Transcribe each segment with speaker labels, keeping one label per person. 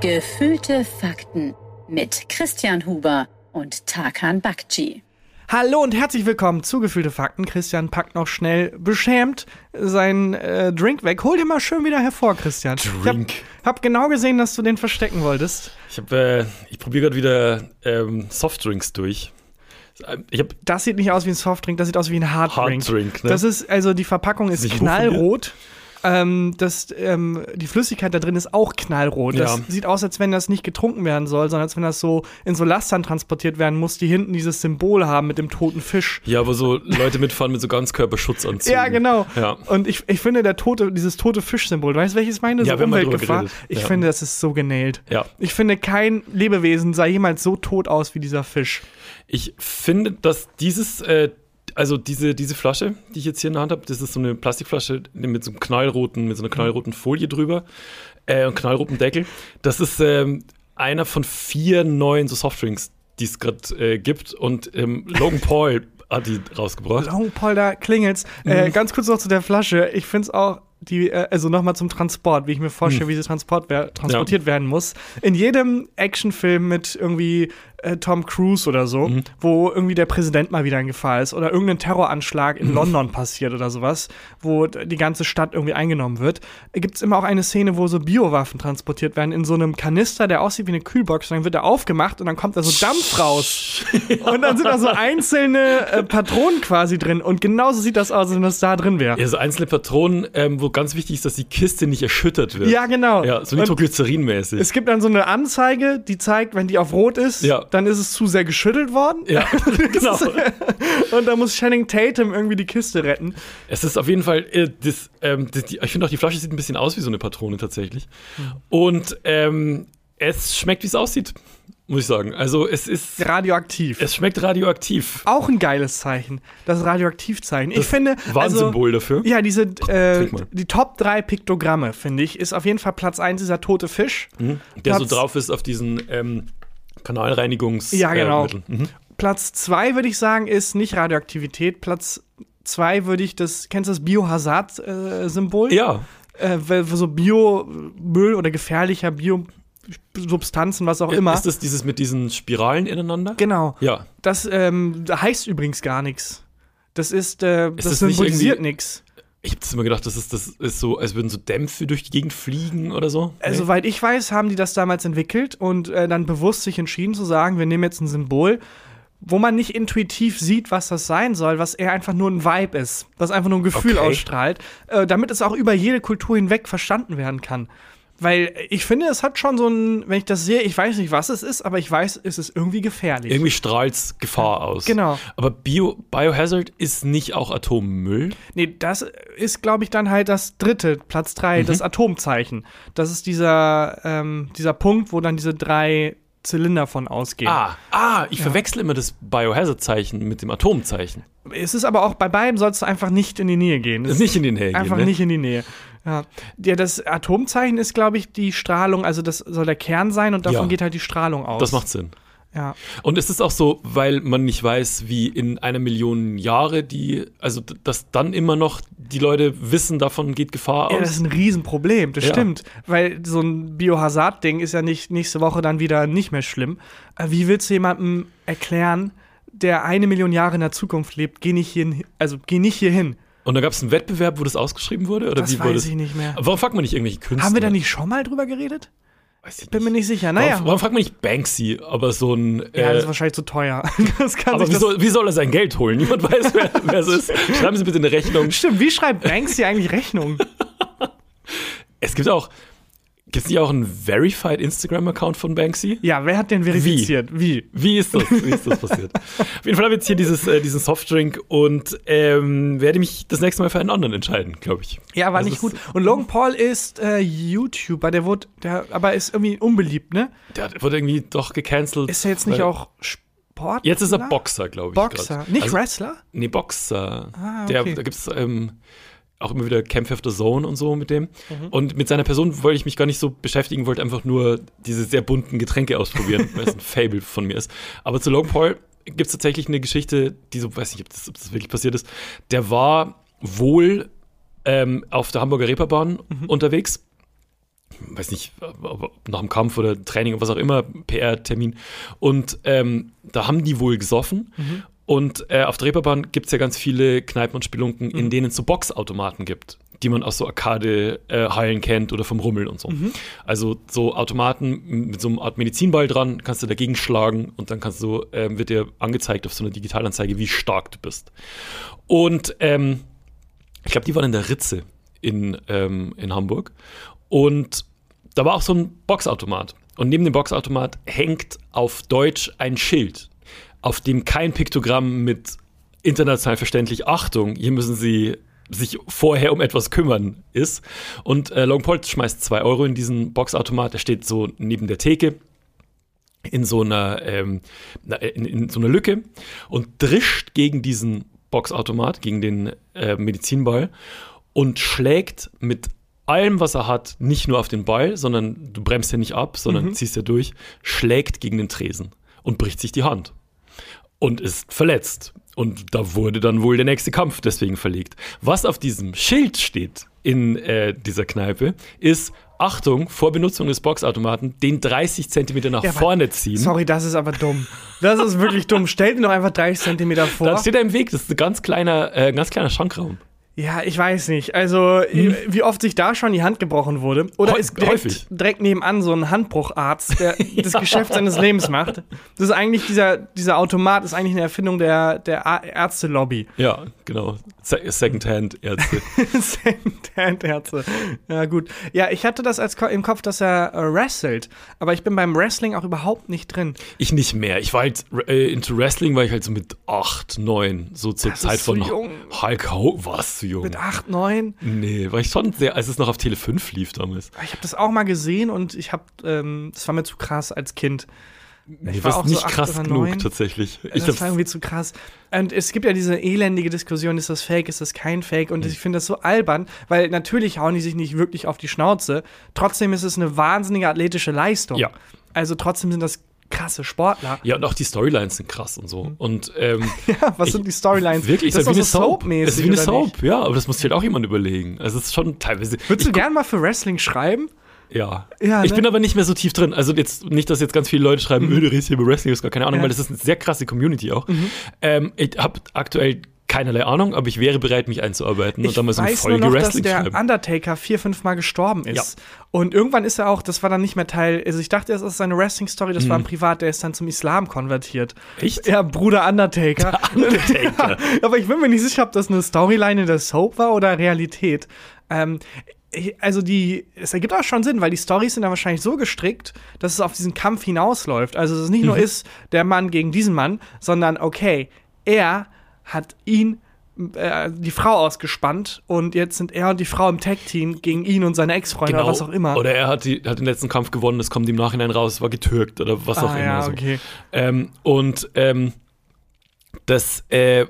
Speaker 1: Gefühlte Fakten mit Christian Huber und Tarkan Bakci.
Speaker 2: Hallo und herzlich willkommen zu Gefühlte Fakten. Christian packt noch schnell beschämt seinen äh, Drink weg. Hol den mal schön wieder hervor, Christian.
Speaker 3: Drink.
Speaker 2: Ich hab, hab genau gesehen, dass du den verstecken wolltest.
Speaker 3: Ich, hab, äh, ich probiere gerade wieder ähm, Softdrinks durch. Ähm, Ich habe
Speaker 2: Das sieht nicht aus wie ein Softdrink, das sieht aus wie ein Harddrink.
Speaker 3: Harddrink, ne?
Speaker 2: Das ist, also die Verpackung ist
Speaker 3: nicht
Speaker 2: knallrot. Ähm, das, ähm, die Flüssigkeit da drin ist auch knallrot. Das
Speaker 3: Ja.
Speaker 2: sieht aus, als wenn das nicht getrunken werden soll, sondern als wenn das so in so Lastern transportiert werden muss, die hinten dieses Symbol haben mit dem toten Fisch.
Speaker 3: ja, aber so Leute mitfahren mit so Ganzkörperschutzanzügen.
Speaker 2: Ja, genau.
Speaker 3: Ja.
Speaker 2: Und ich, ich finde, der tote, dieses tote Fischsymbol, weißt du, welches meine?
Speaker 3: Ja,
Speaker 2: so
Speaker 3: wir haben mal drüber
Speaker 2: Umweltgefahr.
Speaker 3: geredet.
Speaker 2: Ich
Speaker 3: Ja.
Speaker 2: finde, das ist so genäht.
Speaker 3: Ja.
Speaker 2: Ich finde, kein Lebewesen sah jemals so tot aus wie dieser Fisch.
Speaker 3: Ich finde, dass dieses, äh, also diese, diese Flasche, die ich jetzt hier in der Hand habe, das ist so eine Plastikflasche mit so einem knallroten, mit so einer knallroten Folie drüber äh, und knallroten Deckel. Das ist ähm, einer von vier neuen so Softdrinks, die es gerade äh, gibt. Und ähm, Logan Paul hat die rausgebracht.
Speaker 2: Longpolder Oh, klingelt's. Äh, ganz kurz noch zu der Flasche. Ich finde es auch. Die, äh, also nochmal zum Transport, wie ich mir vorstelle, wie sie transport wer transportiert werden muss. In jedem Actionfilm mit irgendwie äh, Tom Cruise oder so, wo irgendwie der Präsident mal wieder in Gefahr ist oder irgendein Terroranschlag in London passiert oder sowas, wo d- die ganze Stadt irgendwie eingenommen wird, gibt es immer auch eine Szene, wo so Biowaffen transportiert werden in so einem Kanister, der aussieht wie eine Kühlbox. Und dann wird er aufgemacht und dann kommt da so Dampf raus. Und dann sind da so einzelne äh, Patronen quasi drin. Und genauso sieht das aus, als wenn das da drin wäre.
Speaker 3: Ja, so einzelne Patronen, ähm, wo ganz wichtig ist, dass die Kiste nicht erschüttert wird.
Speaker 2: Ja, genau.
Speaker 3: Ja, so
Speaker 2: Und
Speaker 3: nitroglycerinmäßig.
Speaker 2: es gibt dann so eine Anzeige, die zeigt, wenn die auf rot ist,
Speaker 3: Ja.
Speaker 2: dann ist es zu sehr geschüttelt worden.
Speaker 3: Ja, genau.
Speaker 2: Und dann muss Channing Tatum irgendwie die Kiste retten.
Speaker 3: Es ist auf jeden Fall, äh, das, ähm, das, die, ich finde auch, die Flasche sieht ein bisschen aus wie so eine Patrone tatsächlich. Und ähm, es schmeckt, wie es aussieht, muss ich sagen. Also es ist,
Speaker 2: Radioaktiv.
Speaker 3: es schmeckt radioaktiv.
Speaker 2: auch ein geiles Zeichen, das Radioaktivzeichen. Ich finde. also
Speaker 3: War ein Symbol dafür.
Speaker 2: Ja, diese äh,
Speaker 3: Trink mal.
Speaker 2: die Top 3 Piktogramme, finde ich, ist auf jeden Fall Platz 1 dieser tote Fisch.
Speaker 3: Mhm. der so
Speaker 2: Platz-
Speaker 3: drauf ist auf diesen ähm, Kanalreinigungs.
Speaker 2: Ja, genau.
Speaker 3: äh, Mitteln. mhm.
Speaker 2: Platz 2 würde ich sagen, ist nicht Radioaktivität. Platz 2 würde ich das, kennst du das Biohazard-Symbol?
Speaker 3: Ja,
Speaker 2: Äh, weil so Biomüll oder gefährlicher Biosubstanzen, was auch immer.
Speaker 3: ist das dieses mit diesen Spiralen ineinander?
Speaker 2: genau.
Speaker 3: Ja,
Speaker 2: Das ähm, heißt übrigens gar nichts. Das ist, äh, das
Speaker 3: das nicht
Speaker 2: symbolisiert
Speaker 3: irgendwie-
Speaker 2: nichts.
Speaker 3: ich habe das immer gedacht, das ist, das ist so, als würden so Dämpfe durch die Gegend fliegen oder so.
Speaker 2: Also,
Speaker 3: Nee.
Speaker 2: soweit ich weiß, haben die das damals entwickelt und äh, dann bewusst sich entschieden zu sagen, wir nehmen jetzt ein Symbol, wo man nicht intuitiv sieht, was das sein soll, was eher einfach nur ein Vibe ist, was einfach nur ein Gefühl
Speaker 3: Okay.
Speaker 2: ausstrahlt, äh, damit es auch über jede Kultur hinweg verstanden werden kann. Weil ich finde, es hat schon so ein, wenn ich das sehe, ich weiß nicht, was es ist, aber ich weiß, es ist irgendwie gefährlich.
Speaker 3: Irgendwie strahlt Gefahr aus.
Speaker 2: Genau.
Speaker 3: Aber Bio, Biohazard ist nicht auch Atommüll.
Speaker 2: Nee, das ist, glaube ich, dann halt das dritte, Platz
Speaker 3: Mhm.
Speaker 2: drei, das Atomzeichen. Das ist dieser, ähm, dieser Punkt, wo dann diese drei Zylinder von ausgehen.
Speaker 3: Ah, ah, ich verwechsel immer das Biohazard-Zeichen mit dem Atomzeichen.
Speaker 2: Es ist aber auch bei beiden sollst du einfach nicht in die Nähe gehen. Es
Speaker 3: Das ist nicht in den Helgen.
Speaker 2: einfach
Speaker 3: ne?
Speaker 2: nicht in die Nähe. Ja. ja, das Atomzeichen ist, glaube ich, die Strahlung, also das soll der Kern sein und davon
Speaker 3: Ja.
Speaker 2: geht halt die Strahlung aus.
Speaker 3: Das macht Sinn.
Speaker 2: ja.
Speaker 3: Und es ist auch so, weil man nicht weiß, wie in einer Million Jahre die, also d- dass dann immer noch die Leute wissen, davon geht Gefahr
Speaker 2: ja, das ist
Speaker 3: aus.
Speaker 2: ein Riesenproblem, das
Speaker 3: Ja.
Speaker 2: stimmt. Weil so ein Biohazard-Ding ist ja nicht nächste Woche dann wieder nicht mehr schlimm. Äh, Wie willst du jemandem erklären, der eine Million Jahre in der Zukunft lebt, geh nicht hierhin, also geh nicht hierhin.
Speaker 3: Und da gab es einen Wettbewerb, wo das ausgeschrieben wurde? Oder
Speaker 2: Das
Speaker 3: wie wurde
Speaker 2: weiß
Speaker 3: es-
Speaker 2: ich nicht mehr.
Speaker 3: Warum fragt man nicht irgendwelche Künstler?
Speaker 2: Haben wir da nicht schon mal drüber geredet?
Speaker 3: Weiß ich
Speaker 2: Bin mir
Speaker 3: nicht.
Speaker 2: nicht sicher.
Speaker 3: Warum,
Speaker 2: Naja,
Speaker 3: warum fragt man nicht Banksy, aber so ein.
Speaker 2: ja,
Speaker 3: äh,
Speaker 2: das ist wahrscheinlich zu teuer. Das kann
Speaker 3: aber
Speaker 2: sich
Speaker 3: wie
Speaker 2: das
Speaker 3: soll, wie soll er sein Geld holen? Niemand weiß, wer, wer es ist. Schreiben Sie bitte eine Rechnung.
Speaker 2: Stimmt, wie schreibt Banksy eigentlich Rechnung?
Speaker 3: Es gibt auch. Gibt es nicht auch einen Verified Instagram-Account von Banksy?
Speaker 2: Ja, wer hat den verifiziert? Wie?
Speaker 3: Wie ist das? Wie ist das passiert? Auf jeden Fall habe ich jetzt hier dieses, äh, diesen Softdrink und ähm, werde mich das nächste Mal für einen anderen entscheiden, glaube ich.
Speaker 2: Ja, war
Speaker 3: Das
Speaker 2: nicht
Speaker 3: ist-
Speaker 2: gut. Und Logan Paul ist äh, YouTuber, der wurde, der, aber ist irgendwie unbeliebt, ne?
Speaker 3: Der hat- wurde irgendwie doch gecancelt.
Speaker 2: Ist er jetzt nicht
Speaker 3: weil-
Speaker 2: auch Sport?
Speaker 3: Jetzt ist er Boxer, glaube ich.
Speaker 2: Boxer,
Speaker 3: grad.
Speaker 2: nicht
Speaker 3: also,
Speaker 2: Wrestler?
Speaker 3: Nee, Boxer.
Speaker 2: Ah,
Speaker 3: Der,
Speaker 2: okay.
Speaker 3: da gibt es ähm, auch immer wieder Kämpfe auf der Zone und so mit dem.
Speaker 2: Mhm.
Speaker 3: Und mit seiner Person wollte ich mich gar nicht so beschäftigen, wollte einfach nur diese sehr bunten Getränke ausprobieren, weil es ein Fable von mir ist. Aber zu Logan Paul gibt es tatsächlich eine Geschichte, die so, weiß nicht, ob das, ob das wirklich passiert ist. Der
Speaker 2: Mhm.
Speaker 3: war wohl ähm, auf der Hamburger Reeperbahn unterwegs weiß nicht, nach dem Kampf oder Training oder was auch immer, PR-Termin. Und ähm, da haben die wohl gesoffen. Mhm. Und äh, auf der Reeperbahn gibt es ja ganz viele Kneipen und Spelunken, mhm. in denen es so Boxautomaten gibt, die man aus so Arcade-Hallen äh, kennt oder vom Rummeln und so. Mhm. Also so Automaten mit so einem Art Medizinball dran, kannst du dagegen schlagen und dann kannst du, äh, wird dir angezeigt auf so einer Digitalanzeige, wie stark du bist. Und ähm, ich glaube, die waren in der Ritze in, ähm, in Hamburg. Und da war auch so ein Boxautomat. Und neben dem Boxautomat hängt auf Deutsch ein Schild, auf dem kein Piktogramm mit international verständlich Achtung, hier müssen Sie sich vorher um etwas kümmern ist. Und äh, Longpolt schmeißt zwei Euro in diesen Boxautomat, der steht so neben der Theke in so einer, ähm, in, in so einer Lücke und drischt gegen diesen Boxautomat, gegen den äh, Medizinball und schlägt mit allem, was er hat, nicht nur auf den Ball, sondern du bremst ja nicht ab, sondern mhm. ziehst ja durch, schlägt gegen den Tresen und bricht sich die Hand und ist verletzt. Und da wurde dann wohl der nächste Kampf deswegen verlegt. Was auf diesem Schild steht in äh, dieser Kneipe, ist Achtung vor Benutzung des Boxautomaten den 30 Zentimeter nach ja, vorne ziehen.
Speaker 2: Sorry, das ist aber dumm. Das ist wirklich dumm. Stell dir doch einfach 30 Zentimeter vor.
Speaker 3: Da steht er im Weg. Das ist ein ganz kleiner, äh, ganz kleiner Schankraum.
Speaker 2: Ja, ich weiß nicht. Also, hm. wie oft sich da schon die Hand gebrochen wurde. Oder Häu ist direkt, häufig. direkt nebenan so ein Handbrucharzt, der ja. das Geschäft seines Lebens macht. Das ist eigentlich, dieser, dieser Automat ist eigentlich eine Erfindung der, der Ärzte-Lobby.
Speaker 3: Ja, genau. Se Secondhand-Ärzte.
Speaker 2: Secondhand-Ärzte. Ja, gut. Ja, ich hatte das als Ko im Kopf, dass er äh, wrestelt. Aber ich bin beim Wrestling auch überhaupt nicht drin.
Speaker 3: Ich nicht mehr. Ich war halt äh, into Wrestling, weil ich halt so mit 8, 9, so zur das Zeit von jung. Hulk Hogan. Was? Jung.
Speaker 2: Mit 8, 9?
Speaker 3: Nee, war ich schon sehr, als es noch auf Tele 5 lief damals.
Speaker 2: Ich habe das auch mal gesehen und ich habe, ähm, das war mir zu krass als Kind.
Speaker 3: Nee, ich war auch nicht so krass genug tatsächlich.
Speaker 2: Ich das war irgendwie zu krass. Und es gibt ja diese elendige Diskussion, ist das fake, ist das kein Fake? Und
Speaker 3: Hm.
Speaker 2: mhm. ich finde das so albern, weil natürlich hauen die sich nicht wirklich auf die Schnauze. Trotzdem ist es eine wahnsinnige athletische Leistung.
Speaker 3: Ja.
Speaker 2: Also trotzdem sind das krasse Sportler.
Speaker 3: Ja, und auch die Storylines sind krass und so. Und, ähm,
Speaker 2: ja, was ich, sind die Mhm. Storylines?
Speaker 3: Wirklich,
Speaker 2: das
Speaker 3: ist wie eine Soap. Das ist wie eine Soap, ja, aber das muss sich halt auch jemand überlegen. Also, es ist schon teilweise.
Speaker 2: Würdest du gern mal für Wrestling schreiben?
Speaker 3: Ja. ja ich ne? bin aber nicht mehr so tief drin. Also jetzt nicht, dass jetzt ganz viele Leute schreiben, mhm. öh, du redest hier über Wrestling, ist gar keine Ahnung, ja. weil das ist eine sehr krasse Community auch. Mhm. Ähm, ich habe aktuell keinerlei Ahnung, aber ich wäre bereit, mich einzuarbeiten
Speaker 2: ich
Speaker 3: und damals
Speaker 2: weiß
Speaker 3: Folge
Speaker 2: nur noch,
Speaker 3: Wrestling
Speaker 2: dass der
Speaker 3: schreiben.
Speaker 2: Undertaker vier, fünf Mal gestorben ist. Ja. Und irgendwann ist er auch, das war dann nicht mehr Teil, also ich dachte, es ist seine Wrestling-Story, das mhm. war ein Privat, der ist dann zum Islam konvertiert.
Speaker 3: Echt?
Speaker 2: Ja, Bruder Undertaker.
Speaker 3: Der Undertaker.
Speaker 2: ja, aber ich bin mir nicht sicher, ob das eine Storyline in der Soap war oder Realität. Ähm, also die, es ergibt auch schon Sinn, weil die Storys sind dann wahrscheinlich so gestrickt, dass es auf diesen Kampf hinausläuft. Also dass es nicht mhm. nur ist, der Mann gegen diesen Mann, sondern okay, er hat ihn äh, die Frau ausgespannt und jetzt sind er und die Frau im Tag-Team gegen ihn und seine Ex-Freundin genau. oder was auch immer.
Speaker 3: Oder er hat, die, hat den letzten Kampf gewonnen, es kommt im Nachhinein raus, war getürkt oder was ah, auch immer.
Speaker 2: Ja, okay.
Speaker 3: So. Ähm, und ähm, das äh,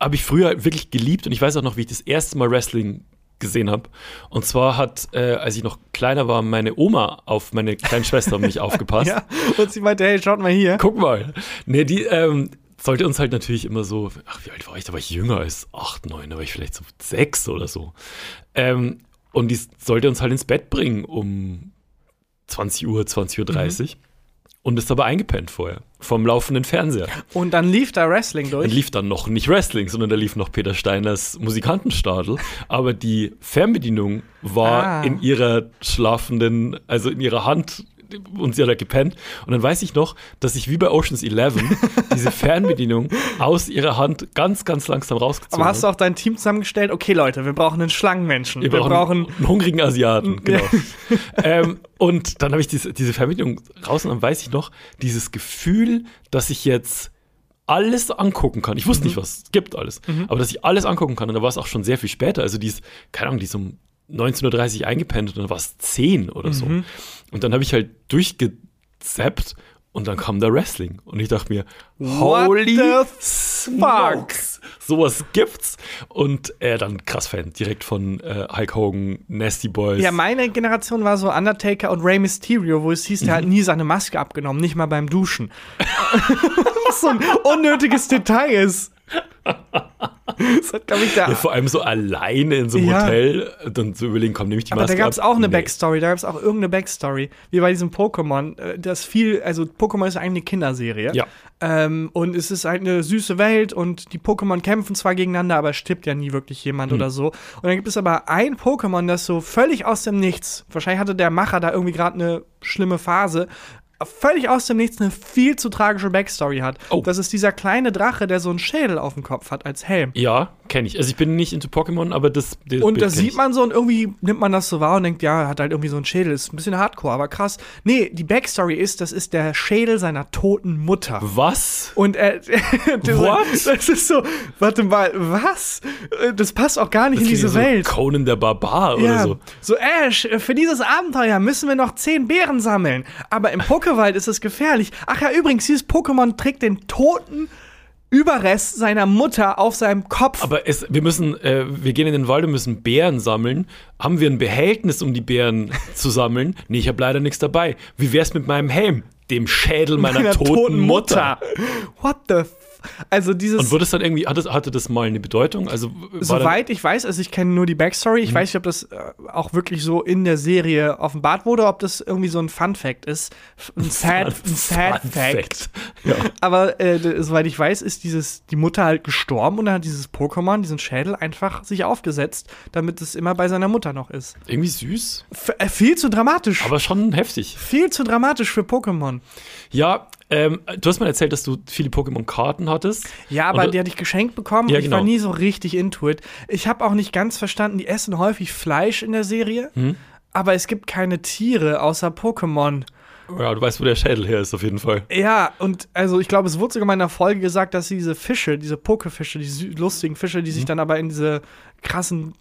Speaker 3: habe ich früher wirklich geliebt und ich weiß auch noch, wie ich das erste Mal Wrestling gesehen habe. Und zwar hat, äh, als ich noch kleiner war, meine Oma auf meine kleine Schwester und mich aufgepasst. Ja,
Speaker 2: und sie meinte, hey, schaut mal hier.
Speaker 3: Guck mal. Nee, die ähm, sollte uns halt natürlich immer so, ach, wie alt war ich? Da war ich jünger als 8, 9, da war ich vielleicht so 6 oder so. Ähm, und die sollte uns halt ins Bett bringen um 20 Uhr, 20.30 Uhr. Mhm. Und ist dabei eingepennt vorher, vom laufenden Fernseher.
Speaker 2: Und dann lief da Wrestling durch.
Speaker 3: Dann lief dann noch nicht Wrestling, sondern da lief noch Peter Steiners Musikantenstadel. Aber die Fernbedienung war ah. in ihrer schlafenden, also in ihrer Hand und sie hat da gepennt. Und dann weiß ich noch, dass ich wie bei Oceans 11 diese Fernbedienung aus ihrer Hand ganz, ganz langsam rausgezogen
Speaker 2: habe. Aber hast du auch dein Team zusammengestellt? Okay, Leute, wir brauchen einen Schlangenmenschen.
Speaker 3: Wir, wir brauchen, einen hungrigen Asiaten, genau. ähm, und dann habe ich diese, diese Fernbedienung raus und dann weiß ich noch, dieses Gefühl, dass ich jetzt alles angucken kann. Ich wusste mhm. nicht, was es gibt alles, mhm. aber dass ich alles angucken kann. Und da war es auch schon sehr viel später. Also, die ist, keine Ahnung, die ist um 19.30 Uhr eingepennt und dann war es 10 oder so. Mhm. Und dann habe ich halt durchgezappt und dann kam da Wrestling. Und ich dachte mir,
Speaker 2: What holy smokes,
Speaker 3: sowas gibt's. Und äh, dann krass Fan, direkt von äh, Hulk Hogan, Nasty Boys.
Speaker 2: Ja, meine Generation war so Undertaker und Rey Mysterio, wo es hieß, der mhm. hat nie seine Maske abgenommen, nicht mal beim Duschen. Was so ein unnötiges Detail ist. Das hat, glaube ich, da.
Speaker 3: Ja, vor allem so alleine in so einem
Speaker 2: Ja.
Speaker 3: Hotel äh, dann zu überlegen, komm, nehme ich die
Speaker 2: aber
Speaker 3: Maske
Speaker 2: da gab es
Speaker 3: ab?
Speaker 2: auch eine
Speaker 3: Nee.
Speaker 2: Backstory, da gab es auch irgendeine Backstory. Wie bei diesem Pokémon. äh, Das viel, also Pokémon ist eigentlich eine Kinderserie.
Speaker 3: Ja.
Speaker 2: Ähm, und es ist halt eine süße Welt und die Pokémon kämpfen zwar gegeneinander, aber es stirbt ja nie wirklich jemand oder so. Und dann gibt es aber ein Pokémon, das so völlig aus dem Nichts, wahrscheinlich hatte der Macher da irgendwie gerade eine schlimme Phase, völlig aus dem Nichts eine viel zu tragische Backstory hat.
Speaker 3: Oh.
Speaker 2: Das ist dieser kleine Drache, der so einen Schädel auf dem Kopf hat als Helm.
Speaker 3: Ja, kenne ich. Also ich bin nicht into Pokémon, aber das, das
Speaker 2: Und
Speaker 3: Bild
Speaker 2: das
Speaker 3: kenn
Speaker 2: sieht
Speaker 3: ich.
Speaker 2: man so und irgendwie nimmt man das so wahr und denkt, ja, er hat halt irgendwie so einen Schädel. Ist ein bisschen hardcore, aber krass. Nee, die Backstory ist, das ist der Schädel seiner toten Mutter.
Speaker 3: Was?
Speaker 2: Und er, das-
Speaker 3: What?
Speaker 2: das ist so, warte mal, was? Das passt auch gar nicht in
Speaker 3: klingt ja
Speaker 2: diese
Speaker 3: so
Speaker 2: Welt.
Speaker 3: Conan der Barbar
Speaker 2: Ja.
Speaker 3: oder so.
Speaker 2: so, Ash, für dieses Abenteuer müssen wir noch zehn Beeren sammeln. Aber im Pokewald ist es gefährlich. Ach ja, übrigens, dieses Pokémon trägt den toten Überrest seiner Mutter auf seinem Kopf.
Speaker 3: Aber es, wir müssen, äh, wir gehen in den Wald und müssen Beeren sammeln. Haben wir ein Behältnis, um die Beeren zu sammeln? Nee, ich habe leider nichts dabei. Wie wär's mit meinem Helm? Dem Schädel meiner, toten, Mutter.
Speaker 2: What the f Also
Speaker 3: Und
Speaker 2: dieses,
Speaker 3: wurde es dann irgendwie, hatte, hatte das mal eine Bedeutung? Also war Mhm. da-
Speaker 2: soweit ich weiß, also ich kenne nur die Backstory, ich weiß nicht, ob das äh, auch wirklich so in der Serie offenbart wurde, ob das irgendwie so ein Fun-Fact ist. F- Ein Sad, ein Sad
Speaker 3: Fun
Speaker 2: Fact.
Speaker 3: Ja.
Speaker 2: Aber äh, d- soweit ich weiß, ist dieses, die Mutter halt gestorben und dann hat dieses Pokémon, diesen Schädel, einfach sich aufgesetzt, damit es immer bei seiner Mutter noch ist.
Speaker 3: Irgendwie süß,
Speaker 2: F äh, viel zu dramatisch.
Speaker 3: aber schon heftig.
Speaker 2: viel zu dramatisch für Pokémon.
Speaker 3: Ja, ähm, du hast mal erzählt, dass du viele Pokémon-Karten hattest.
Speaker 2: Ja, aber
Speaker 3: Und-
Speaker 2: die hatte ich geschenkt bekommen.
Speaker 3: Ja,
Speaker 2: ich war
Speaker 3: genau.
Speaker 2: nie so richtig into it. Ich habe auch nicht ganz verstanden, die essen häufig Fleisch in der Serie,
Speaker 3: Mhm.
Speaker 2: aber es gibt keine Tiere außer Pokémon.
Speaker 3: Ja, du weißt, wo der Schädel her ist, auf jeden Fall.
Speaker 2: Ja, und also ich glaube, es wurde sogar in meiner Folge gesagt, dass diese Fische, diese Pokefische, diese sü- lustigen Fische, die
Speaker 3: Mhm.
Speaker 2: sich dann aber in diese krassen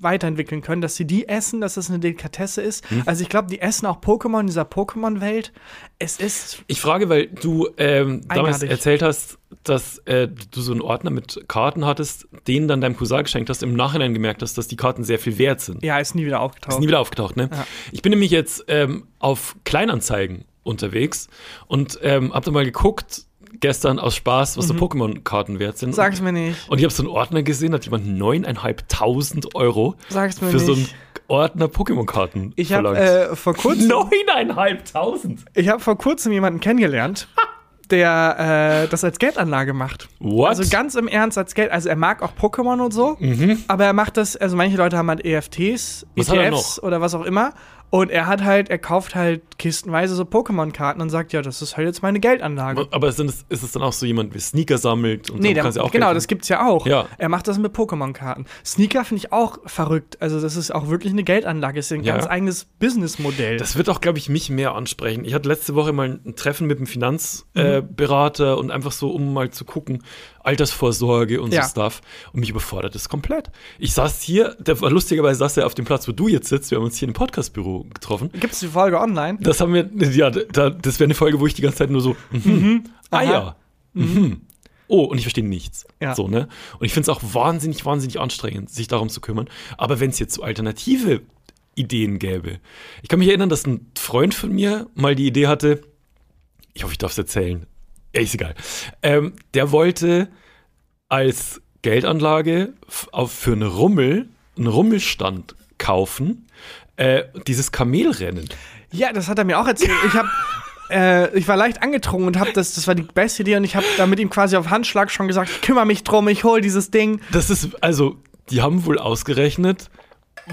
Speaker 2: weiterentwickeln können, dass sie die essen, dass das eine Delikatesse ist.
Speaker 3: Mhm.
Speaker 2: Also ich glaube, die essen auch Pokémon in dieser Pokémon-Welt. Es ist
Speaker 3: Ich frage, weil du ähm, damals
Speaker 2: Eigenartig.
Speaker 3: erzählt hast, dass äh, du so einen Ordner mit Karten hattest, den dann deinem Cousin geschenkt hast, im Nachhinein gemerkt hast, dass die Karten sehr viel wert sind.
Speaker 2: ja, ist nie wieder
Speaker 3: Ist
Speaker 2: aufgetaucht.
Speaker 3: nie wieder aufgetaucht, ne? Ich bin nämlich jetzt ähm, auf Kleinanzeigen unterwegs und ähm, hab da mal geguckt, gestern aus Spaß, was so Pokémon-Karten wert sind.
Speaker 2: Mhm. Sag's mir nicht.
Speaker 3: Und ich habe so einen Ordner gesehen, hat jemand 9.500 Euro
Speaker 2: Sag's mir
Speaker 3: für so einen
Speaker 2: nicht.
Speaker 3: Ordner Pokémon-Karten
Speaker 2: Ich habe
Speaker 3: verlangt.
Speaker 2: äh, vor kurzem
Speaker 3: 9.500!
Speaker 2: Ich habe vor kurzem jemanden kennengelernt, der äh, das als Geldanlage macht.
Speaker 3: What?
Speaker 2: Also ganz im Ernst als Geld. Also er mag auch Pokémon und so, aber er macht das, also manche Leute haben halt EFTs,
Speaker 3: Mhm. Was hat er
Speaker 2: ETFs E oder was auch immer. Und er hat halt, er kauft halt kistenweise so Pokémon-Karten und sagt, ja, das ist halt jetzt meine Geldanlage.
Speaker 3: Aber sind es, ist es dann auch so jemand, der Sneaker sammelt und
Speaker 2: Nee,
Speaker 3: dann
Speaker 2: der,
Speaker 3: kannst du auch
Speaker 2: genau,
Speaker 3: Geld
Speaker 2: das gibt's ja auch.
Speaker 3: Ja.
Speaker 2: Er macht das mit Pokémon-Karten. Sneaker finde ich auch verrückt. Also das ist auch wirklich eine Geldanlage. Ist ein
Speaker 3: Ja.
Speaker 2: ganz eigenes Businessmodell.
Speaker 3: Das wird auch, glaube ich, mich mehr ansprechen. Ich hatte letzte Woche mal ein Treffen mit einem Finanzberater äh,
Speaker 2: Mhm.
Speaker 3: Berater und einfach so, um mal zu gucken, Altersvorsorge und
Speaker 2: Ja.
Speaker 3: so Stuff. Und mich überfordert das komplett. Ich saß hier, der war lustigerweise saß er auf dem Platz, wo du jetzt sitzt. Wir haben uns hier im Podcastbüro getroffen.
Speaker 2: Gibt's die Folge online?
Speaker 3: Das haben wir, ja, da, das wäre eine Folge, wo ich die ganze Zeit nur so, mhm, ah
Speaker 2: aha.
Speaker 3: ja, mhm. oh, und ich verstehe nichts.
Speaker 2: Ja.
Speaker 3: So, ne? Und ich finde es auch wahnsinnig, wahnsinnig anstrengend, sich darum zu kümmern. Aber wenn es jetzt so alternative Ideen gäbe. Ich kann mich erinnern, dass ein Freund von mir mal die Idee hatte, ich hoffe, ich darf es erzählen. Ey, ist egal. Ähm, der wollte als Geldanlage f- auf, für einen Rummel, einen Rummelstand kaufen, äh, dieses Kamelrennen.
Speaker 2: Ja, das hat er mir auch erzählt. Ich hab, äh, ich war leicht angetrunken und hab das, das war die beste Idee und ich hab da mit ihm quasi auf Handschlag schon gesagt, ich kümmere mich drum, ich hol dieses Ding.
Speaker 3: Das ist, also, die haben wohl ausgerechnet,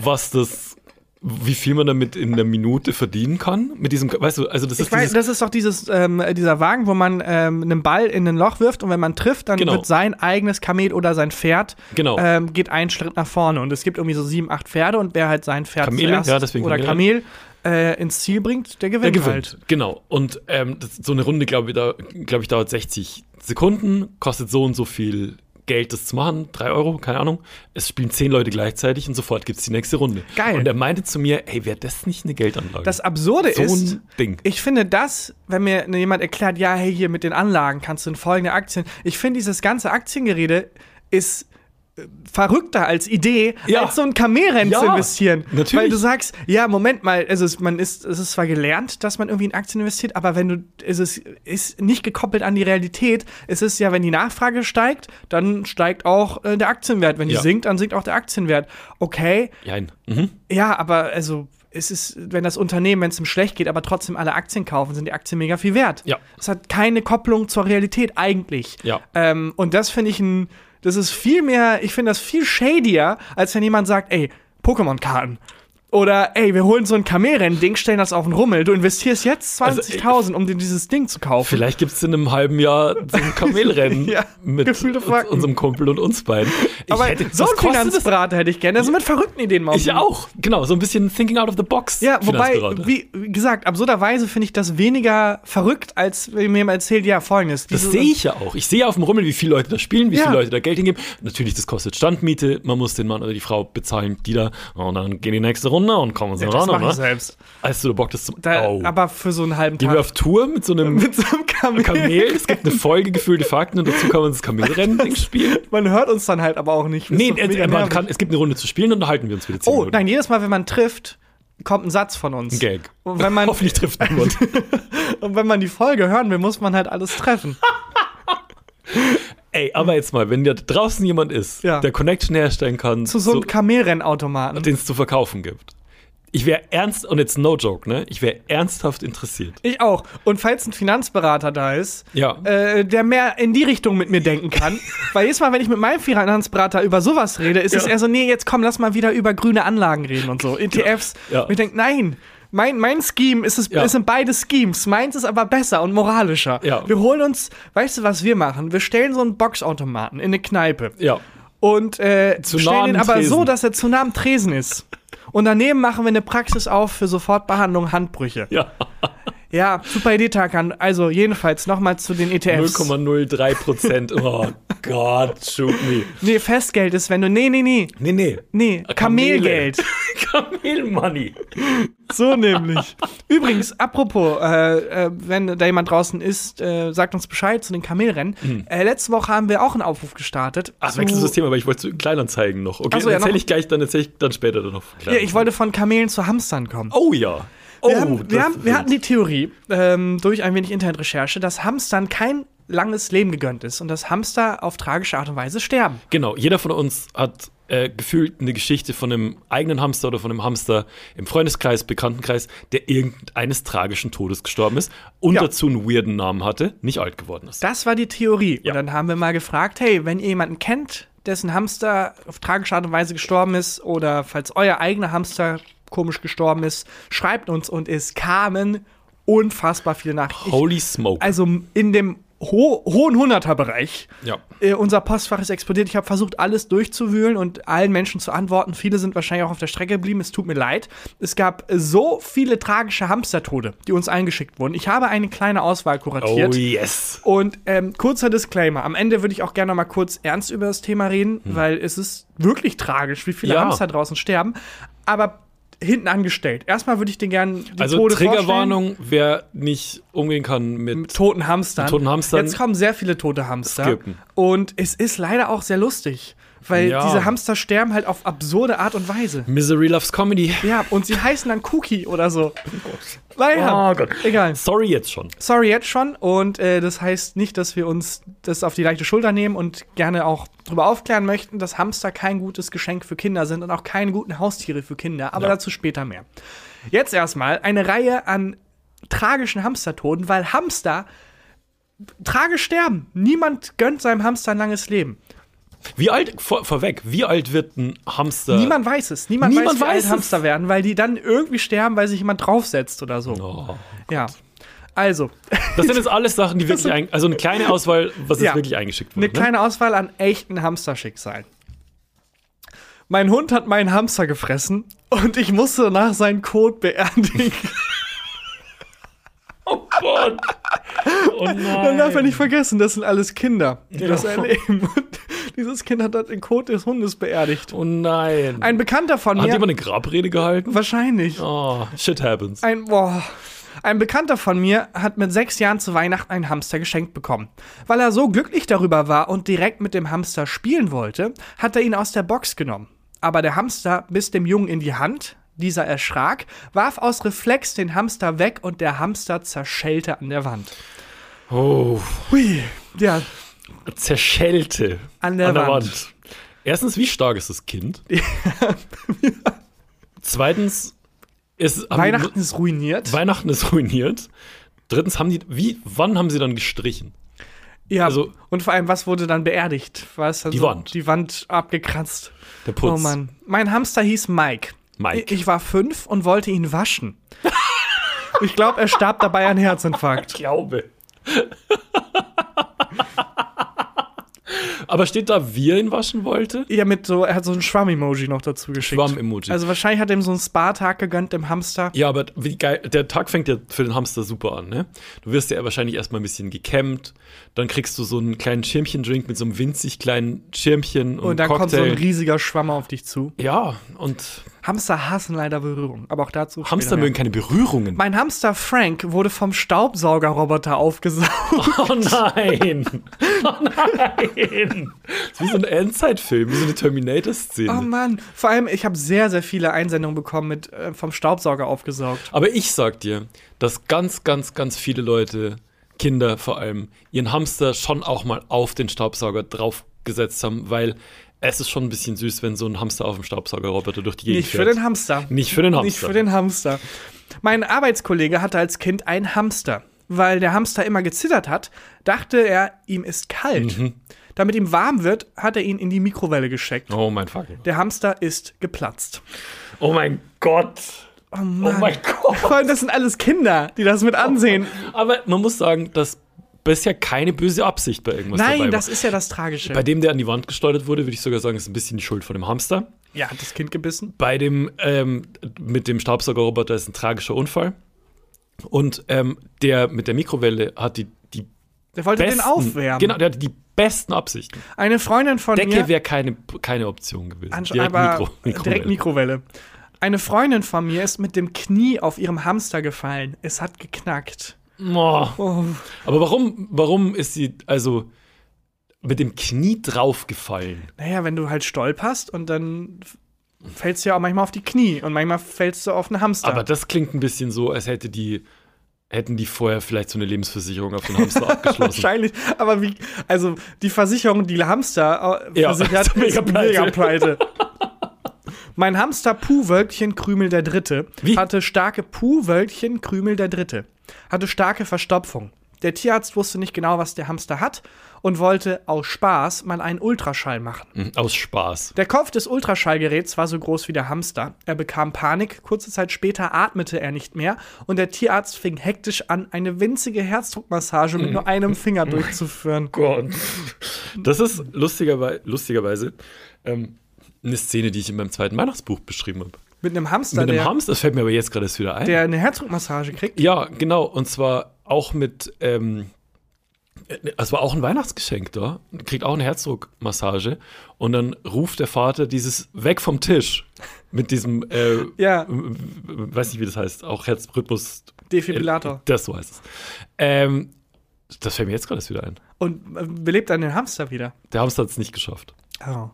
Speaker 3: was das, wie viel man damit in der Minute verdienen kann. Mit diesem, weißt du, also das
Speaker 2: Ich
Speaker 3: ist
Speaker 2: weiß,
Speaker 3: dieses,
Speaker 2: das ist doch dieses, ähm, dieser Wagen, wo man ähm, einen Ball in ein Loch wirft und wenn man trifft, dann
Speaker 3: Genau.
Speaker 2: wird sein eigenes Kamel oder sein Pferd
Speaker 3: Genau.
Speaker 2: ähm, geht einen Schritt nach vorne und es gibt irgendwie so sieben, acht Pferde und wer halt sein Pferd
Speaker 3: Kamele?
Speaker 2: zuerst
Speaker 3: Ja, deswegen
Speaker 2: oder Kamel
Speaker 3: Kamele.
Speaker 2: äh, ins Ziel bringt, der gewinnt,
Speaker 3: der gewinnt.
Speaker 2: halt.
Speaker 3: Genau. Und ähm, das, so eine Runde, glaube ich, da, glaub ich, dauert 60 Sekunden, kostet so und so viel Geld, das zu machen. Drei Euro, keine Ahnung. Es spielen zehn Leute gleichzeitig und sofort gibt es die nächste Runde.
Speaker 2: Geil.
Speaker 3: Und er meinte zu mir, hey, wäre das nicht eine Geldanlage?
Speaker 2: Das Absurde
Speaker 3: so
Speaker 2: ist,
Speaker 3: ein Ding.
Speaker 2: Ich finde das, wenn mir ne jemand erklärt, ja, hey, hier mit den Anlagen kannst du in folgende Aktien. Ich finde, dieses ganze Aktiengerede ist äh, verrückter als Idee,
Speaker 3: Ja.
Speaker 2: als so ein Kamehrenz
Speaker 3: Ja,
Speaker 2: zu investieren.
Speaker 3: natürlich.
Speaker 2: Weil du sagst, ja, Moment mal, also es, man ist, es ist zwar gelernt, dass man irgendwie in Aktien investiert, aber wenn du, es ist, ist nicht gekoppelt an die Realität. Es ist ja, wenn die Nachfrage steigt, dann steigt auch äh, der Aktienwert. Wenn die
Speaker 3: Ja.
Speaker 2: sinkt, dann sinkt auch der Aktienwert. Okay,
Speaker 3: Jein. Mhm.
Speaker 2: ja, aber also es ist, wenn das Unternehmen, wenn es ihm schlecht geht, aber trotzdem alle Aktien kaufen, sind die Aktien mega viel wert.
Speaker 3: Ja.
Speaker 2: Es hat keine Kopplung zur Realität eigentlich.
Speaker 3: Ja.
Speaker 2: Ähm, und das finde ich ein, das ist viel mehr, ich finde das viel shadier, als wenn jemand sagt, ey, Pokémon-Karten. Oder ey, wir holen so ein Kamelen-Ding, stellen das auf den Rummel. Du investierst jetzt
Speaker 3: Also,
Speaker 2: 20.000, um dir dieses Ding zu kaufen.
Speaker 3: Vielleicht gibt es in einem halben Jahr so ein Kamelrennen
Speaker 2: Ja,
Speaker 3: mit
Speaker 2: gefühlte Fakten.
Speaker 3: uns, unserem Kumpel und uns beiden. Ich
Speaker 2: aber
Speaker 3: hätte-
Speaker 2: so
Speaker 3: was
Speaker 2: einen
Speaker 3: kostet das?
Speaker 2: Finanzberater hätte ich gerne. Also mit verrückten Ideen mal. um
Speaker 3: Ich
Speaker 2: die-
Speaker 3: auch. Genau, so ein bisschen Thinking out of the box.
Speaker 2: Ja, wobei,
Speaker 3: Finanzberater.
Speaker 2: wie wie gesagt, absurderweise finde ich das weniger verrückt, als wenn mir jemand erzählt, ja, folgendes.
Speaker 3: Das
Speaker 2: dieses-
Speaker 3: sehe ich ja auch. Ich sehe ja auf dem Rummel, wie viele Leute da spielen, wie
Speaker 2: Ja.
Speaker 3: viele Leute da Geld hingeben. Natürlich, das kostet Standmiete. Man muss den Mann oder die Frau bezahlen, die da. Und dann gehen die nächste Runde und kommen so
Speaker 2: Ja,
Speaker 3: ja,
Speaker 2: das
Speaker 3: ran.
Speaker 2: mache ich
Speaker 3: oder?
Speaker 2: selbst.
Speaker 3: Hast du da Bock, das zu.
Speaker 2: Da,
Speaker 3: ne? Au.
Speaker 2: Aber für so einen halben
Speaker 3: Gehen wir
Speaker 2: Tag.
Speaker 3: auf Tour mit so einem
Speaker 2: Mit so einem Kamel.
Speaker 3: Kamel. Es gibt eine Folge gefühlte Fakten und dazu kann man das Kamelrennen spielen.
Speaker 2: Man hört uns dann halt aber auch nicht. Das
Speaker 3: Nee,
Speaker 2: ist doch mega
Speaker 3: äh, man
Speaker 2: nervig.
Speaker 3: kann, es gibt eine Runde zu spielen und dann halten wir uns wieder zehn
Speaker 2: Oh,
Speaker 3: Minuten.
Speaker 2: nein, jedes Mal, wenn man trifft, kommt ein Satz von uns.
Speaker 3: Ein Gag.
Speaker 2: Und wenn man,
Speaker 3: Hoffentlich trifft niemand.
Speaker 2: und wenn man die Folge hören will, muss man halt alles treffen.
Speaker 3: Ey, aber jetzt mal, wenn da draußen jemand ist,
Speaker 2: Ja.
Speaker 3: der Connection herstellen kann,
Speaker 2: Zu so einem Kamelrennautomaten.
Speaker 3: den es zu verkaufen gibt. Ich wäre ernst, und jetzt no joke, ne? Ich wäre ernsthaft interessiert.
Speaker 2: Ich auch. Und falls ein Finanzberater da ist,
Speaker 3: Ja.
Speaker 2: äh, der mehr in die Richtung mit mir denken kann. Weil jedes Mal, wenn ich mit meinem Finanzberater über sowas rede, ist es eher so, nee, jetzt komm, lass mal wieder über grüne Anlagen reden und so, ETFs.
Speaker 3: Ja.
Speaker 2: Und ich denke, nein. Mein, mein Scheme ist es,
Speaker 3: Ja.
Speaker 2: es sind beide Schemes. Meins ist aber besser und moralischer.
Speaker 3: Ja.
Speaker 2: Wir holen uns, weißt du, was wir machen? Wir stellen so einen Boxautomaten in eine Kneipe.
Speaker 3: Ja.
Speaker 2: Und äh,
Speaker 3: Zu nah
Speaker 2: stellen
Speaker 3: an
Speaker 2: ihn
Speaker 3: den
Speaker 2: aber
Speaker 3: Tresen.
Speaker 2: so, dass er zu nah am Tresen ist. Und daneben machen wir eine Praxis auf für Sofortbehandlung Handbrüche.
Speaker 3: Ja.
Speaker 2: Ja, super Idee, Tarkan. Also, jedenfalls nochmal zu den E ETFs.
Speaker 3: 0,03 Prozent. Oh Gott, shoot me.
Speaker 2: Nee, Festgeld ist, wenn du. Nee, nee, nee.
Speaker 3: Nee, nee.
Speaker 2: Nee, Kamelgeld.
Speaker 3: Kamelmoney.
Speaker 2: So nämlich. Übrigens, apropos, äh, äh, wenn da jemand draußen ist, äh, sagt uns Bescheid zu den Kamelrennen. Äh, letzte Woche haben wir auch einen Aufruf gestartet.
Speaker 3: Mhm. Ach,
Speaker 2: zu-
Speaker 3: wechselst du das Thema, aber ich wollte zu Kleinanzeigen noch. Okay,
Speaker 2: Ach so,
Speaker 3: dann
Speaker 2: ja,
Speaker 3: erzähl
Speaker 2: noch-
Speaker 3: ich gleich, dann erzähl ich dann später dann noch. von
Speaker 2: Ja, ich
Speaker 3: Kleinanzeigen.
Speaker 2: wollte von Kamelen zu Hamstern kommen.
Speaker 3: Oh ja. Oh,
Speaker 2: wir, haben, wir,
Speaker 3: das-
Speaker 2: haben, wir hatten die Theorie ähm, durch ein wenig Internetrecherche, dass Hamstern kein langes Leben gegönnt ist und dass Hamster auf tragische Art und Weise sterben.
Speaker 3: Genau, jeder von uns hat äh, gefühlt eine Geschichte von einem eigenen Hamster oder von einem Hamster im Freundeskreis, Bekanntenkreis, der irgendeines tragischen Todes gestorben ist und
Speaker 2: Ja.
Speaker 3: dazu einen weirden Namen hatte, nicht alt geworden ist.
Speaker 2: Das war die Theorie.
Speaker 3: Ja.
Speaker 2: Und dann haben wir mal gefragt, hey, wenn ihr jemanden kennt, dessen Hamster auf tragische Art und Weise gestorben ist oder falls euer eigener Hamster komisch gestorben ist, schreibt uns und es kamen unfassbar viele Nachrichten. Ich-
Speaker 3: Holy smoke.
Speaker 2: Also in dem ho hohen Hunderter-Bereich.
Speaker 3: ja.
Speaker 2: Äh, unser Postfach ist explodiert. Ich habe versucht, alles durchzuwühlen und allen Menschen zu antworten. Viele sind wahrscheinlich auch auf der Strecke geblieben. Es tut mir leid. Es gab äh, so viele tragische Hamstertode, die uns eingeschickt wurden. Ich habe eine kleine Auswahl kuratiert.
Speaker 3: Oh yes.
Speaker 2: Und ähm, kurzer Disclaimer. Am Ende würde ich auch gerne noch mal kurz ernst über das Thema reden, weil es ist wirklich tragisch, wie viele
Speaker 3: Hm. Ja.
Speaker 2: Hamster draußen sterben. Aber hinten angestellt. Erstmal würde ich dir gerne die
Speaker 3: Also
Speaker 2: Tode
Speaker 3: Triggerwarnung, wer nicht umgehen kann mit.
Speaker 2: vorstellen. Toten Hamstern.
Speaker 3: Mit toten Hamstern.
Speaker 2: Jetzt kommen sehr viele tote Hamster.
Speaker 3: Skippen.
Speaker 2: Und es ist leider auch sehr lustig, weil
Speaker 3: Ja.
Speaker 2: diese Hamster sterben halt auf absurde Art und Weise.
Speaker 3: Misery Loves Comedy.
Speaker 2: Ja, und sie heißen dann Cookie oder so. Naja,
Speaker 3: Oh Gott.
Speaker 2: egal.
Speaker 3: Sorry jetzt schon.
Speaker 2: Sorry jetzt schon und äh, das heißt nicht, dass wir uns das auf die leichte Schulter nehmen und gerne auch darüber aufklären möchten, dass Hamster kein gutes Geschenk für Kinder sind und auch keine guten Haustiere für Kinder, aber
Speaker 3: Ja.
Speaker 2: dazu später mehr. Jetzt erstmal eine Reihe an tragischen Hamstertoden, weil Hamster tragisch sterben. Niemand gönnt seinem Hamster ein langes Leben.
Speaker 3: Wie alt, vor, vorweg, wie alt wird ein Hamster?
Speaker 2: Niemand weiß es. Niemand,
Speaker 3: Niemand
Speaker 2: weiß, wie
Speaker 3: weiß
Speaker 2: alt
Speaker 3: es.
Speaker 2: Hamster werden, weil die dann irgendwie sterben, weil sich jemand draufsetzt oder so.
Speaker 3: Oh.
Speaker 2: Ja. Also,
Speaker 3: Das sind jetzt alles Sachen, die wirklich, ein, also eine kleine Auswahl, ne? was
Speaker 2: Ja.
Speaker 3: jetzt wirklich eingeschickt wurde.
Speaker 2: Eine kleine Auswahl an echten Hamsterschicksalen. Mein Hund hat meinen Hamster gefressen und ich musste nach seinen Kot beerdigen.
Speaker 3: Oh Gott. Oh nein.
Speaker 2: Dann darf er nicht vergessen, das sind alles Kinder, die das erleben. Und dieses Kind hat dann den Kot des Hundes beerdigt.
Speaker 3: Oh nein.
Speaker 2: Ein Bekannter von
Speaker 3: Hat
Speaker 2: mir.
Speaker 3: jemand eine Grabrede gehalten?
Speaker 2: Wahrscheinlich.
Speaker 3: Oh, shit happens.
Speaker 2: Ein, boah. Ein Bekannter von mir hat mit sechs Jahren zu Weihnachten einen Hamster geschenkt bekommen. Weil er so glücklich darüber war und direkt mit dem Hamster spielen wollte, hat er ihn aus der Box genommen. Aber der Hamster biss dem Jungen in die Hand, dieser erschrak, warf aus Reflex den Hamster weg und der Hamster zerschellte an der Wand.
Speaker 3: Oh,
Speaker 2: Hui, ja,
Speaker 3: zerschellte.
Speaker 2: An der Wand.
Speaker 3: Erstens, wie stark ist das Kind? Zweitens, ist, haben-
Speaker 2: Weihnachten ist ruiniert.
Speaker 3: Weihnachten ist ruiniert. Drittens haben die, wie, wann haben sie dann gestrichen?
Speaker 2: ja,
Speaker 3: also-
Speaker 2: und vor allem, was wurde dann beerdigt? Was, also
Speaker 3: Die Wand.
Speaker 2: Die Wand abgekratzt.
Speaker 3: Der Putz.
Speaker 2: Oh Mann. Mein Hamster hieß Mike.
Speaker 3: Mike.
Speaker 2: Ich, ich war fünf und wollte ihn waschen. ich glaube, er starb dabei an Herzinfarkt.
Speaker 3: Glaube. Aber steht da, wie er ihn waschen wollte?
Speaker 2: Ja, mit so, er hat so ein Schwamm-Emoji noch dazu geschickt.
Speaker 3: Schwamm-Emoji.
Speaker 2: Also wahrscheinlich hat er ihm so einen Spa-Tag gegönnt, dem Hamster.
Speaker 3: Ja, aber wie geil, der Tag fängt ja für den Hamster super an, ne? Du wirst ja wahrscheinlich erstmal ein bisschen gekämmt, dann kriegst du so einen kleinen Schirmchen-Drink mit so einem winzig kleinen Schirmchen und,
Speaker 2: Und dann
Speaker 3: Cocktail.
Speaker 2: kommt so ein riesiger Schwamm auf dich zu.
Speaker 3: ja, und
Speaker 2: Hamster hassen leider Berührung, aber auch dazu später
Speaker 3: Hamster
Speaker 2: mehr.
Speaker 3: mögen keine Berührungen.
Speaker 2: Mein Hamster Frank wurde vom Staubsaugerroboter aufgesaugt.
Speaker 3: Oh nein! Oh nein! Das ist wie so ein Endzeitfilm, wie so eine
Speaker 2: Oh
Speaker 3: Terminator-Szene.
Speaker 2: Mann, vor allem ich habe sehr sehr viele Einsendungen bekommen mit äh, vom Staubsauger aufgesaugt.
Speaker 3: Aber ich sag dir, dass ganz, ganz, ganz viele Leute, Kinder vor allem, ihren Hamster schon auch mal auf den Staubsauger draufgesetzt haben, weil es ist schon ein bisschen süß, wenn so ein Hamster auf dem Staubsaugerroboter durch die Gegend
Speaker 2: Nicht für
Speaker 3: fährt.
Speaker 2: den Hamster.
Speaker 3: Nicht für den Hamster.
Speaker 2: Nicht für den Hamster. Mein Arbeitskollege hatte als Kind einen Hamster. Weil der Hamster immer gezittert hat, dachte er, ihm ist kalt. Damit ihm warm wird, hat er ihn in die Mikrowelle geschickt.
Speaker 3: Mhm. Oh mein fucking Gott.
Speaker 2: Der Hamster ist geplatzt.
Speaker 3: Oh mein Gott.
Speaker 2: Oh Mann.
Speaker 3: Oh mein Gott.
Speaker 2: Vor allem, das sind alles Kinder, die das mit ansehen.
Speaker 3: Aber man muss sagen, dass bisher keine böse Absicht bei irgendwas dabei war.
Speaker 2: Nein, das ist ja das Tragische.
Speaker 3: bei dem, der an die Wand gesteuert wurde, würde ich sogar sagen, ist ein bisschen die Schuld von dem Hamster.
Speaker 2: ja, hat das Kind gebissen?
Speaker 3: Bei dem ähm, mit dem Staubsaugerroboter ist ein tragischer Unfall. Und ähm, der mit der Mikrowelle hat die, die
Speaker 2: Der wollte
Speaker 3: besten,
Speaker 2: den aufwärmen. Ähm,
Speaker 3: Genau, der hatte die besten Absichten.
Speaker 2: Eine Freundin von
Speaker 3: Decke
Speaker 2: mir.
Speaker 3: wäre keine, keine Option gewesen.
Speaker 2: Ansch-
Speaker 3: Direkt
Speaker 2: aber
Speaker 3: Mikro- Mikrowelle.
Speaker 2: direkt Mikrowelle. Eine Freundin von mir ist mit dem Knie auf ihrem Hamster gefallen. Es hat geknackt.
Speaker 3: Oh.
Speaker 2: Oh.
Speaker 3: Aber warum, warum ist sie also mit dem Knie draufgefallen?
Speaker 2: Naja, wenn du halt stolperst und dann f- fällst du ja auch manchmal auf die Knie und manchmal fällst du auf einen Hamster.
Speaker 3: Aber das klingt ein bisschen so, als hätte die, hätten die vorher vielleicht so eine Lebensversicherung auf den Hamster abgeschlossen.
Speaker 2: Wahrscheinlich, aber wie, also die Versicherung, die Hamster äh,
Speaker 3: Ja,
Speaker 2: versichert,
Speaker 3: ist mega
Speaker 2: ist
Speaker 3: pleite.
Speaker 2: mega pleite. mein Hamster Puhwölkchen Krümel der Dritte
Speaker 3: Wie?
Speaker 2: hatte starke Puhwölkchen Krümel der Dritte, hatte starke Verstopfung. Der Tierarzt wusste nicht genau, was der Hamster hat und wollte aus Spaß mal einen Ultraschall machen.
Speaker 3: Mhm, Aus Spaß.
Speaker 2: Der Kopf des Ultraschallgeräts war so groß wie der Hamster. Er bekam Panik, kurze Zeit später atmete er nicht mehr und der Tierarzt fing hektisch an, eine winzige Herzdruckmassage mit nur einem Finger durchzuführen.
Speaker 3: Oh Gott. Das ist lustigerweise, lustigerweise ähm, eine Szene, die ich in meinem zweiten Weihnachtsbuch beschrieben habe.
Speaker 2: Mit einem Hamster,
Speaker 3: Mit einem
Speaker 2: der,
Speaker 3: Hamster, das fällt mir aber jetzt gerade erst wieder ein.
Speaker 2: der eine Herzdruckmassage kriegt.
Speaker 3: ja, genau. Und zwar auch mit, ähm, äh, es war auch ein Weihnachtsgeschenk da, kriegt auch eine Herzdruckmassage. Und dann ruft der Vater dieses Weg vom Tisch mit diesem, äh,
Speaker 2: Ja,
Speaker 3: w- w- weiß nicht, wie das heißt, auch Herzrhythmus.
Speaker 2: Defibrillator.
Speaker 3: Das so heißt es. Ähm, das fällt mir jetzt gerade erst wieder ein.
Speaker 2: Und äh, belebt dann den Hamster wieder.
Speaker 3: Der Hamster hat es nicht geschafft.
Speaker 2: Oh.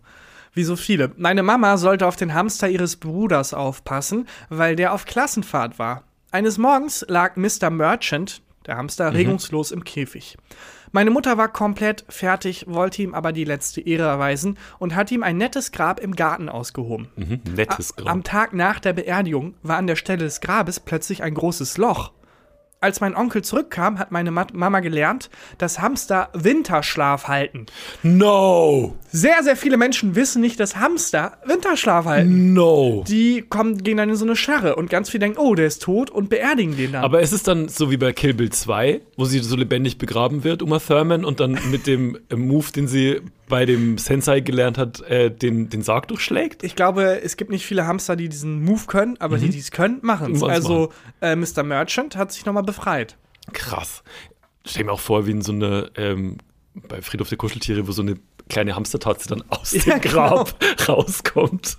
Speaker 2: Wie so viele. Meine Mama sollte auf den Hamster ihres Bruders aufpassen, weil der auf Klassenfahrt war. Eines Morgens lag Mr. Merchant, der
Speaker 3: Mhm.
Speaker 2: Hamster, regungslos im Käfig. Meine Mutter war komplett fertig, wollte ihm aber die letzte Ehre erweisen und hat ihm ein nettes Grab im Garten ausgehoben.
Speaker 3: Mhm. Nettes Grau.
Speaker 2: Am Tag nach der Beerdigung war an der Stelle des Grabes plötzlich ein großes Loch. Als mein Onkel zurückkam, hat meine Mat Mama gelernt, dass Hamster Winterschlaf halten.
Speaker 3: No!
Speaker 2: Sehr, sehr viele Menschen wissen nicht, dass Hamster Winterschlaf halten.
Speaker 3: No!
Speaker 2: Die kommen, gehen dann in so eine Scharre und ganz viele denken, oh, der ist tot und beerdigen den dann.
Speaker 3: Aber es ist dann so wie bei Kill Bill 2, wo sie so lebendig begraben wird, Uma Thurman, und dann mit dem äh, Move, den sie bei dem Sensei gelernt hat, äh, den, den Sarg durchschlägt?
Speaker 2: ich glaube, es gibt nicht viele Hamster, die diesen Move können, aber die, die es können, machen es.
Speaker 3: Machen's
Speaker 2: Also äh, Mr. Merchant hat sich nochmal befreit.
Speaker 3: Krass. Stell mir auch vor, wie in so eine, ähm, bei Friedhof der Kuscheltiere, wo so eine kleine Hamstertatze dann aus
Speaker 2: Ja,
Speaker 3: dem Grab rauskommt.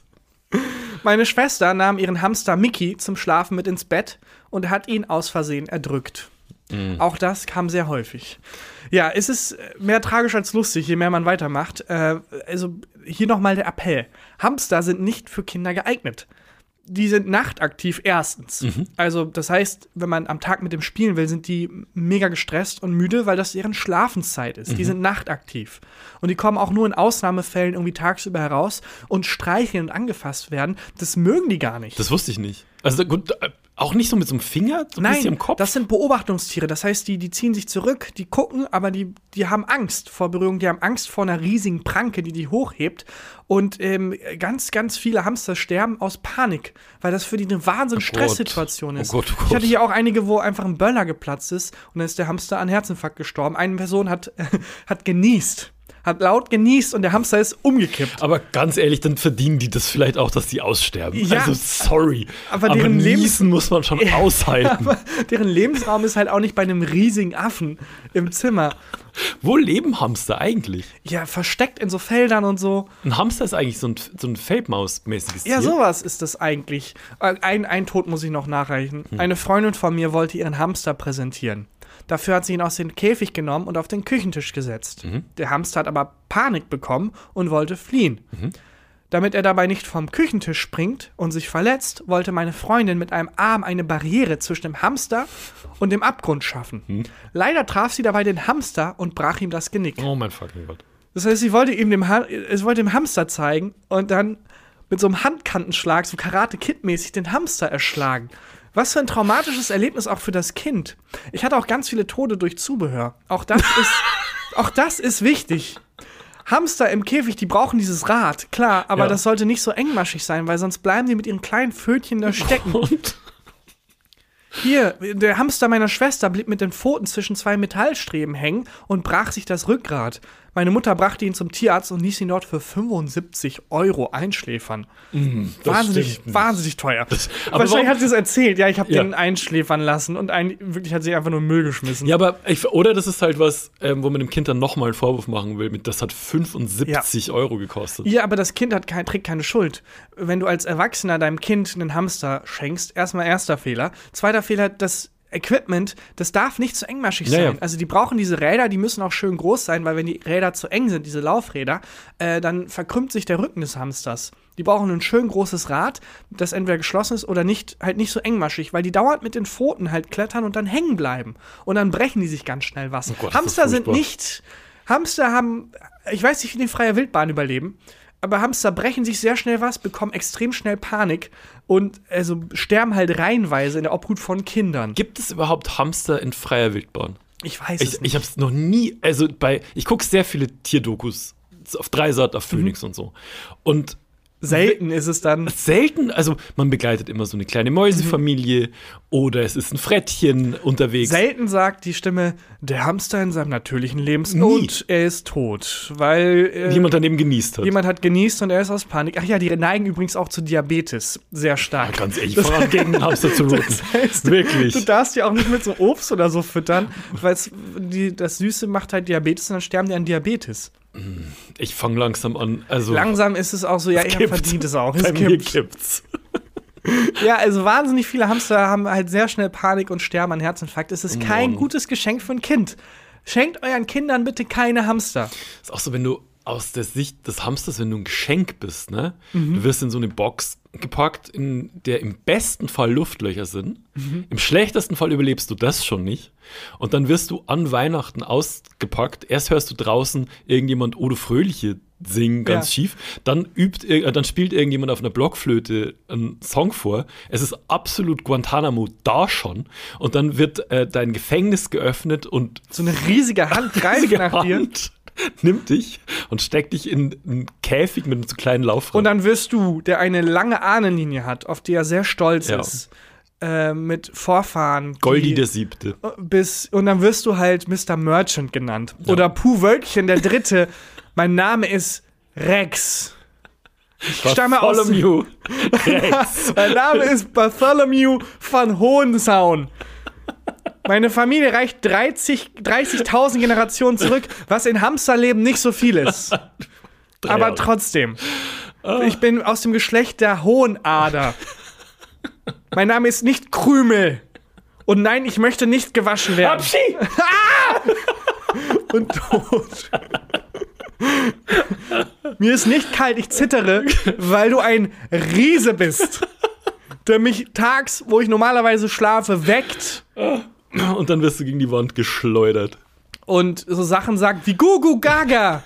Speaker 2: Meine Schwester nahm ihren Hamster Mickey zum Schlafen mit ins Bett und hat ihn aus Versehen erdrückt. Auch das kam sehr häufig. Ja, es ist mehr tragisch als lustig, je mehr man weitermacht. Äh, also hier nochmal der Appell. Hamster sind nicht für Kinder geeignet. Die sind nachtaktiv erstens. Also das heißt, wenn man am Tag mit dem spielen will, sind die mega gestresst und müde, weil das deren Schlafenszeit ist. Die sind nachtaktiv. Und die kommen auch nur in Ausnahmefällen irgendwie tagsüber heraus und streicheln und angefasst werden. Das mögen die gar nicht.
Speaker 3: Das wusste ich nicht. Also gut, äh, auch nicht so mit so einem Finger, so ein
Speaker 2: Nein,
Speaker 3: bisschen im Kopf.
Speaker 2: das sind Beobachtungstiere. Das heißt, die, die ziehen sich zurück, die gucken, aber die, die haben Angst vor Berührung. Die haben Angst vor einer riesigen Pranke, die die hochhebt. Und ähm, ganz, ganz viele Hamster sterben aus Panik, weil das für die eine wahnsinnige Stresssituation
Speaker 3: Oh
Speaker 2: ist.
Speaker 3: Gott, oh Gott.
Speaker 2: Ich hatte hier auch einige, wo einfach ein Böller geplatzt ist und dann ist der Hamster an Herzinfarkt gestorben. Eine Person hat, hat genießt, hat laut genießt und der Hamster ist umgekippt.
Speaker 3: aber ganz ehrlich, dann verdienen die das vielleicht auch, dass die aussterben.
Speaker 2: Ja.
Speaker 3: also sorry.
Speaker 2: Aber deren Lebens-
Speaker 3: niesen muss man schon aushalten.
Speaker 2: Aber deren Lebensraum ist halt auch nicht bei einem riesigen Affen im Zimmer.
Speaker 3: Wo leben Hamster eigentlich?
Speaker 2: Ja, versteckt in so Feldern und so.
Speaker 3: Ein Hamster ist eigentlich so ein, so ein Feldmaus-mäßiges
Speaker 2: Ja,
Speaker 3: Tier.
Speaker 2: sowas ist das eigentlich. Äh, Ein, ein Tod muss ich noch nachreichen. Eine Freundin von mir wollte ihren Hamster präsentieren. Dafür hat sie ihn aus dem Käfig genommen und auf den Küchentisch gesetzt. Der Hamster hat aber Panik bekommen und wollte fliehen. Damit er dabei nicht vom Küchentisch springt und sich verletzt, wollte meine Freundin mit einem Arm eine Barriere zwischen dem Hamster und dem Abgrund schaffen. Leider traf sie dabei den Hamster und brach ihm das Genick.
Speaker 3: Oh mein fucking Gott.
Speaker 2: Das heißt, sie wollte ihm dem, ha es wollte dem Hamster zeigen und dann mit so einem Handkantenschlag, so Karate-Kid-mäßig, den Hamster erschlagen. Was für ein traumatisches Erlebnis auch für das Kind. Ich hatte auch ganz viele Tode durch Zubehör. Auch das ist, auch das ist wichtig. Hamster im Käfig, die brauchen dieses Rad, klar, aber
Speaker 3: Ja.
Speaker 2: das sollte nicht so engmaschig sein, weil sonst bleiben die mit ihren kleinen Fötchen da stecken.
Speaker 3: Und
Speaker 2: Hier, der Hamster meiner Schwester blieb mit den Pfoten zwischen zwei Metallstreben hängen und brach sich das Rückgrat. Meine Mutter brachte ihn zum Tierarzt und ließ ihn dort für 75 Euro einschläfern. wahnsinnig,
Speaker 3: Mhm, stimmt nicht.
Speaker 2: wahnsinnig teuer.
Speaker 3: aber
Speaker 2: Wahrscheinlich
Speaker 3: warum-
Speaker 2: hat sie es erzählt. Ja, ich habe
Speaker 3: Ja.
Speaker 2: den einschläfern lassen und ein, wirklich hat sie einfach nur in den Müll geschmissen.
Speaker 3: Ja, aber ich, oder das ist halt was, ähm, wo man dem Kind dann nochmal einen Vorwurf machen will. Mit, das hat 75 Euro gekostet.
Speaker 2: Ja, aber das Kind hat kein, trägt keine Schuld. Wenn du als Erwachsener deinem Kind einen Hamster schenkst, erstmal erster Fehler. Zweiter Fehler, das Equipment, das darf nicht zu engmaschig sein.
Speaker 3: Ja, ja.
Speaker 2: Also die brauchen diese Räder, die müssen auch schön groß sein, weil wenn die Räder zu eng sind, diese Laufräder, äh, dann verkrümmt sich der Rücken des Hamsters. Die brauchen ein schön großes Rad, das entweder geschlossen ist oder nicht, halt nicht so engmaschig, weil die dauernd mit den Pfoten halt klettern und dann hängen bleiben. Und dann brechen die sich ganz schnell was.
Speaker 3: Oh Gott, ist das
Speaker 2: Hamster sind
Speaker 3: furchtbar.
Speaker 2: nicht nicht. Hamster haben, ich weiß nicht, wie die in freier Wildbahn überleben, aber Hamster brechen sich sehr schnell was, bekommen extrem schnell Panik und also sterben halt reihenweise in der Obhut von Kindern.
Speaker 3: Gibt es überhaupt Hamster in freier Wildbahn?
Speaker 2: Ich weiß es
Speaker 3: Ich,
Speaker 2: nicht.
Speaker 3: ich habe es noch nie, also bei, ich gucke sehr viele Tierdokus auf Dreisat,
Speaker 2: Mhm.
Speaker 3: auf Phoenix und so. Und
Speaker 2: Selten ist es dann.
Speaker 3: selten, also man begleitet immer so eine kleine Mäusefamilie oder es ist ein Frettchen unterwegs.
Speaker 2: Selten sagt die Stimme, der Hamster in seinem natürlichen
Speaker 3: Nie.
Speaker 2: Lebensnot, er ist tot, weil äh,
Speaker 3: jemand daneben genießt hat.
Speaker 2: jemand hat genießt und er ist aus Panik. Ach ja, die neigen übrigens auch zu Diabetes sehr stark.
Speaker 3: Ganz ehrlich, voran gegen den Hamster zu roten.
Speaker 2: heißt,
Speaker 3: Wirklich.
Speaker 2: Du darfst die auch nicht mit so Obst oder so füttern, weil das Süße macht halt Diabetes und dann sterben die an Diabetes.
Speaker 3: Ich fange langsam an. Also
Speaker 2: Langsam ist es auch so, ja,
Speaker 3: es
Speaker 2: ihr
Speaker 3: kippt.
Speaker 2: verdient es auch.
Speaker 3: Bei
Speaker 2: Es
Speaker 3: mir
Speaker 2: kippt.
Speaker 3: kippt's.
Speaker 2: Ja, also wahnsinnig viele Hamster haben halt sehr schnell Panik und sterben an Herzinfarkt. Es ist
Speaker 3: Oh
Speaker 2: kein gutes Geschenk für ein Kind. Schenkt euren Kindern bitte keine Hamster.
Speaker 3: Ist auch so, wenn du aus der Sicht des Hamsters, wenn du ein Geschenk bist, ne? Du wirst in so eine Box gepackt, in der im besten Fall Luftlöcher sind. Im schlechtesten Fall überlebst du das schon nicht. Und dann wirst du an Weihnachten ausgepackt. Erst hörst du draußen irgendjemand Odo Fröhliche singen, ganz
Speaker 2: Ja.
Speaker 3: schief. Dann übt, ir- äh, dann spielt irgendjemand auf einer Blockflöte einen Song vor. Es ist absolut Guantanamo da schon. Und dann wird äh, dein Gefängnis geöffnet und
Speaker 2: So eine riesige Hand greift
Speaker 3: riesige
Speaker 2: nach dir.
Speaker 3: Hand nimmt dich und steckt dich in einen Käfig mit einem zu kleinen Laufrad.
Speaker 2: Und dann wirst du, der eine lange Ahnenlinie hat, auf die er sehr stolz
Speaker 3: Ja.
Speaker 2: ist, äh, mit Vorfahren. die-
Speaker 3: Goldi der Siebte.
Speaker 2: Oh, bis und dann wirst du halt Mr. Merchant genannt. Oder Puh Wölkchen, der Dritte. mein Name ist Rex. Ich stamme aus.
Speaker 3: Bartholomew Rex.
Speaker 2: Mein Name ist Bartholomew van Hohensaun. Meine Familie reicht 30 30.000 Generationen zurück, was in Hamsterleben nicht so viel ist.
Speaker 3: Drei
Speaker 2: Aber
Speaker 3: Jahre.
Speaker 2: trotzdem. Ich bin aus dem Geschlecht der Hohenader. mein Name ist nicht Krümel. Und nein, ich möchte nicht gewaschen werden.
Speaker 3: Abschied!
Speaker 2: und tot. Mir ist nicht kalt, ich zittere, weil du ein Riese bist, der mich tags, wo ich normalerweise schlafe, weckt
Speaker 3: Und dann wirst du gegen die Wand geschleudert.
Speaker 2: und so Sachen sagt wie Gugu Gaga.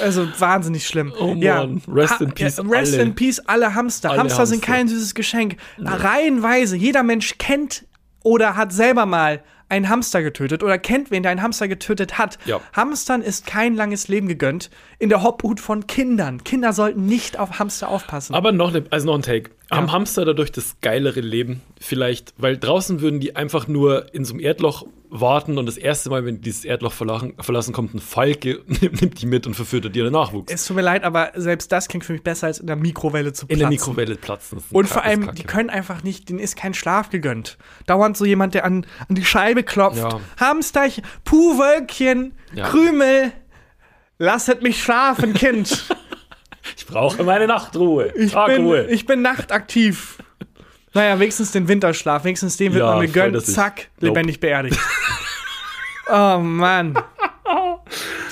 Speaker 2: Also wahnsinnig schlimm.
Speaker 3: Oh Mann. Rest in peace,
Speaker 2: Rest
Speaker 3: alle.
Speaker 2: in peace alle Hamster.
Speaker 3: Alle
Speaker 2: Hamster sind
Speaker 3: Hamster.
Speaker 2: kein süßes Geschenk. Reihenweise, jeder Mensch kennt oder hat selber mal einen Hamster getötet oder kennt wen, der einen Hamster getötet hat.
Speaker 3: Ja.
Speaker 2: Hamstern ist kein langes Leben gegönnt in der Obhut von Kindern. Kinder sollten nicht auf Hamster aufpassen.
Speaker 3: Aber noch, ne, also noch ein Take. Haben Hamster dadurch das geilere Leben vielleicht? Weil draußen würden die einfach nur in so einem Erdloch warten und das erste Mal, wenn die dieses Erdloch verlachen, verlassen, kommt ein Falke und nimmt die mit und verfüttert ihren Nachwuchs.
Speaker 2: es tut mir leid, aber selbst das klingt für mich besser als in der Mikrowelle zu
Speaker 3: in
Speaker 2: platzen.
Speaker 3: der Mikrowelle platzen. Das ist ein
Speaker 2: Und vor
Speaker 3: Kack- das
Speaker 2: allem,
Speaker 3: Kacke.
Speaker 2: die können einfach nicht, denen ist kein Schlaf gegönnt. Dauernd so jemand, der an, an die Scheibe klopft.
Speaker 3: Ja.
Speaker 2: Hamsterchen, Puhwölkchen,
Speaker 3: Ja.
Speaker 2: Krümel, lasset mich schlafen, Kind.
Speaker 3: Ich brauche meine Nachtruhe.
Speaker 2: Ich, bin, ich bin nachtaktiv. Naja, wenigstens den Winterschlaf, wenigstens den wird
Speaker 3: Ja,
Speaker 2: man mir
Speaker 3: voll,
Speaker 2: gönnen.
Speaker 3: das ist-
Speaker 2: Zack,
Speaker 3: Nope.
Speaker 2: lebendig beerdigt. oh Mann.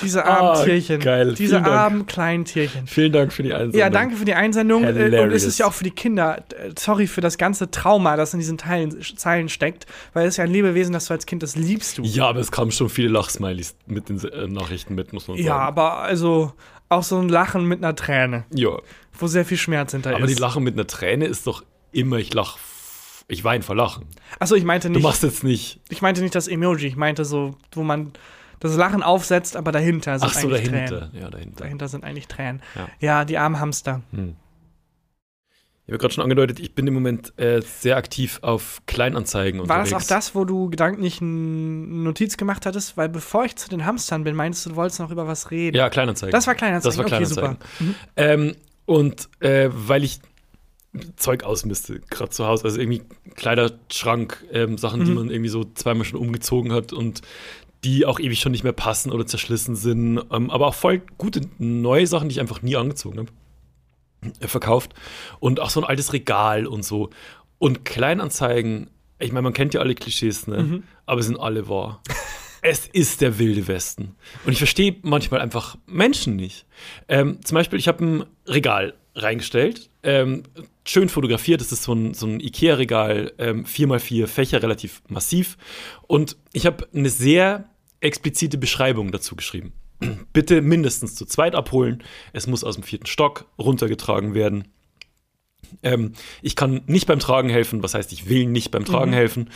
Speaker 2: Diese armen
Speaker 3: Ah,
Speaker 2: Tierchen.
Speaker 3: geil.
Speaker 2: Diese
Speaker 3: Vielen Dank.
Speaker 2: armen kleinen Tierchen.
Speaker 3: Vielen Dank für die Einsendung.
Speaker 2: Ja, danke für die Einsendung. Äh, Und es
Speaker 3: Hilarious.
Speaker 2: ist ja auch für die Kinder, äh, sorry für das ganze Trauma, das in diesen Teilen, Zeilen steckt, weil es ist ja ein Lebewesen, das du als Kind, das liebst du.
Speaker 3: Ja, aber es kamen schon viele Lachsmileys mit den äh, Nachrichten mit, muss man
Speaker 2: Ja,
Speaker 3: sagen.
Speaker 2: aber also auch so ein Lachen mit einer Träne,
Speaker 3: Ja.
Speaker 2: wo sehr viel Schmerz hinter
Speaker 3: Aber die
Speaker 2: ist.
Speaker 3: Lachen mit einer Träne ist doch immer, ich lach, ich wein vor Lachen.
Speaker 2: Achso, ich meinte
Speaker 3: Du
Speaker 2: nicht,
Speaker 3: machst jetzt nicht,
Speaker 2: ich meinte nicht das Emoji, ich meinte so, wo man das Lachen aufsetzt, aber dahinter sind
Speaker 3: ach so,
Speaker 2: eigentlich
Speaker 3: dahinter.
Speaker 2: Tränen.
Speaker 3: Ja, dahinter.
Speaker 2: Dahinter sind eigentlich Tränen. Ja,
Speaker 3: Ja.
Speaker 2: die armen Hamster.
Speaker 3: Ich habe gerade schon angedeutet, ich bin im Moment äh, sehr aktiv auf Kleinanzeigen
Speaker 2: War
Speaker 3: unterwegs.
Speaker 2: das auch das, wo du gedanklich eine Notiz gemacht hattest? Weil bevor ich zu den Hamstern bin, meinst du, du wolltest noch über was reden?
Speaker 3: Ja, Kleinanzeigen.
Speaker 2: Das war Kleinanzeigen.
Speaker 3: Das war
Speaker 2: Okay, Mhm.
Speaker 3: Kleinanzeigen. Ähm, und äh, weil ich Zeug ausmiste, gerade zu Hause, also irgendwie Kleiderschrank, ähm, Sachen,
Speaker 2: Mhm.
Speaker 3: die man irgendwie so zweimal schon umgezogen hat und die auch ewig schon nicht mehr passen oder zerschlissen sind, ähm, aber auch voll gute neue Sachen, die ich einfach nie angezogen habe, äh, verkauft und auch so ein altes Regal und so und Kleinanzeigen, ich meine, man kennt ja alle Klischees, ne?
Speaker 2: Mhm.
Speaker 3: aber sind alle wahr. Es ist der wilde Westen. Und ich verstehe manchmal einfach Menschen nicht. Ähm, zum Beispiel, ich habe ein Regal reingestellt, ähm, schön fotografiert. Das ist so ein, so ein Ikea-Regal, ähm, 4x4 Fächer, relativ massiv. Und ich habe eine sehr explizite Beschreibung dazu geschrieben. Bitte mindestens zu zweit abholen. Es muss aus dem vierten Stock runtergetragen werden. Ähm, ich kann nicht beim Tragen helfen, was heißt, ich will nicht beim Tragen helfen.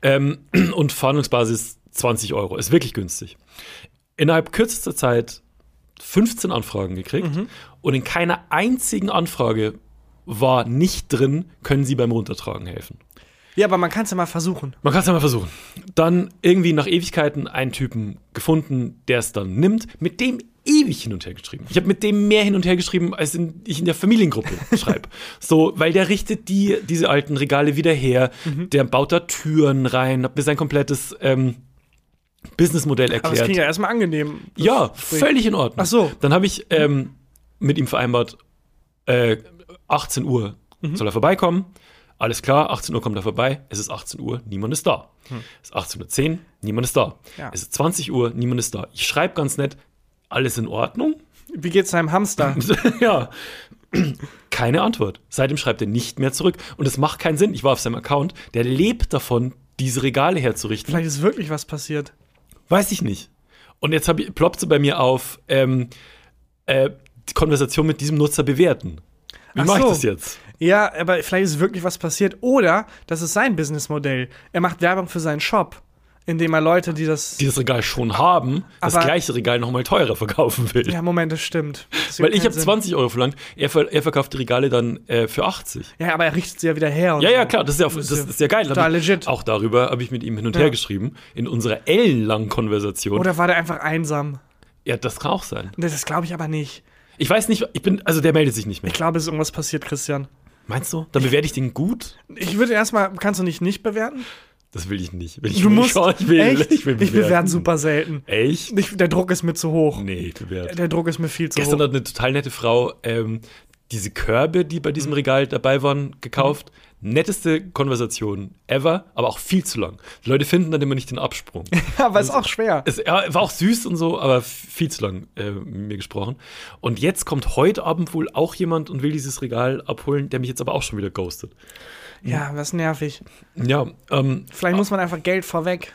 Speaker 3: Ähm, und Fahndungsbasis 20 Euro, ist wirklich günstig. Innerhalb kürzester Zeit 15 Anfragen gekriegt und in keiner einzigen Anfrage war nicht drin, können Sie beim Runtertragen helfen.
Speaker 2: Ja, aber man kann es ja mal versuchen.
Speaker 3: Man kann es ja mal versuchen. Dann irgendwie nach Ewigkeiten einen Typen gefunden, der es dann nimmt, mit dem ewig hin und her geschrieben. Ich habe mit dem mehr hin und her geschrieben, als in, ich in der Familiengruppe schreibe. So, weil der richtet die, diese alten Regale wieder her,
Speaker 2: Mhm.
Speaker 3: der baut da Türen rein, hat mir sein komplettes ähm, Businessmodell
Speaker 2: Aber das
Speaker 3: erklärt.
Speaker 2: klingt ja erstmal angenehm. Das
Speaker 3: Ja,
Speaker 2: Gespräch.
Speaker 3: völlig in Ordnung.
Speaker 2: Ach so.
Speaker 3: Dann habe ich ähm, mit ihm vereinbart, äh, 18 Uhr
Speaker 2: Mhm.
Speaker 3: soll er vorbeikommen. Alles klar, 18 Uhr kommt er vorbei. Es ist 18 Uhr, niemand ist da. Es ist 18.10 Uhr, niemand ist da.
Speaker 2: Hm. Ja.
Speaker 3: Es ist 20 Uhr, niemand ist da. Ich schreibe ganz nett, alles in Ordnung?
Speaker 2: Wie geht's deinem Hamster?
Speaker 3: ja. Keine Antwort. Seitdem schreibt er nicht mehr zurück. Und es macht keinen Sinn. Ich war auf seinem Account. Der lebt davon, diese Regale herzurichten.
Speaker 2: Vielleicht ist wirklich was passiert.
Speaker 3: Weiß ich nicht. Und jetzt hab ich, ploppt sie bei mir auf, ähm, äh, die Konversation mit diesem Nutzer bewerten. Wie
Speaker 2: Ach
Speaker 3: mache ich
Speaker 2: so.
Speaker 3: das jetzt?
Speaker 2: Ja, aber vielleicht ist wirklich was passiert. Oder das ist sein Businessmodell. Er macht Werbung für seinen Shop, indem er Leute, die das.
Speaker 3: Die das Regal schon haben, das
Speaker 2: Aber-
Speaker 3: gleiche Regal nochmal teurer verkaufen will.
Speaker 2: ja, Moment, das stimmt. Das
Speaker 3: Weil
Speaker 2: ergibt
Speaker 3: ich
Speaker 2: keinen
Speaker 3: habe
Speaker 2: Sinn.
Speaker 3: 20 Euro verlangt, er, ver er verkauft die Regale dann äh, für 80.
Speaker 2: Ja, aber er richtet sie ja wieder her. und
Speaker 3: Ja,
Speaker 2: so.
Speaker 3: ja, klar, das ist ja, das ist ja geil.
Speaker 2: total
Speaker 3: Hab ich-
Speaker 2: legit.
Speaker 3: Auch darüber habe ich mit ihm hin und
Speaker 2: Ja.
Speaker 3: her geschrieben, in unserer ellenlangen Konversation.
Speaker 2: Oder war der einfach einsam?
Speaker 3: ja, das kann auch sein.
Speaker 2: Nee, Das glaube ich aber nicht.
Speaker 3: Ich weiß nicht, ich bin, also der meldet sich nicht mehr.
Speaker 2: Ich glaube, es ist irgendwas passiert, Christian.
Speaker 3: Meinst du? Dann bewerte ich den gut?
Speaker 2: Ich würde erstmal, kannst du nicht nicht bewerten?
Speaker 3: Das will ich nicht. Will ich
Speaker 2: Du
Speaker 3: nicht.
Speaker 2: musst.
Speaker 3: Oh, ich will,
Speaker 2: echt?
Speaker 3: ich will bewerten.
Speaker 2: super selten.
Speaker 3: Echt?
Speaker 2: Ich, der Druck ist mir zu hoch.
Speaker 3: Nee, bewerten.
Speaker 2: Der Druck ist mir viel zu
Speaker 3: Gestern
Speaker 2: hoch.
Speaker 3: hat eine total nette Frau ähm, diese Körbe, die bei diesem Regal dabei waren, gekauft. Netteste Konversation ever, aber auch viel zu lang. Die Leute finden dann immer nicht den Absprung.
Speaker 2: Aber ist auch schwer.
Speaker 3: es ja, war auch süß und so, aber viel zu lang äh, mit mir gesprochen. Und jetzt kommt heute Abend wohl auch jemand und will dieses Regal abholen, der mich jetzt aber auch schon wieder ghostet.
Speaker 2: Ja, Ah. was nervig.
Speaker 3: Ja, ähm,
Speaker 2: Vielleicht muss man einfach Geld vorweg.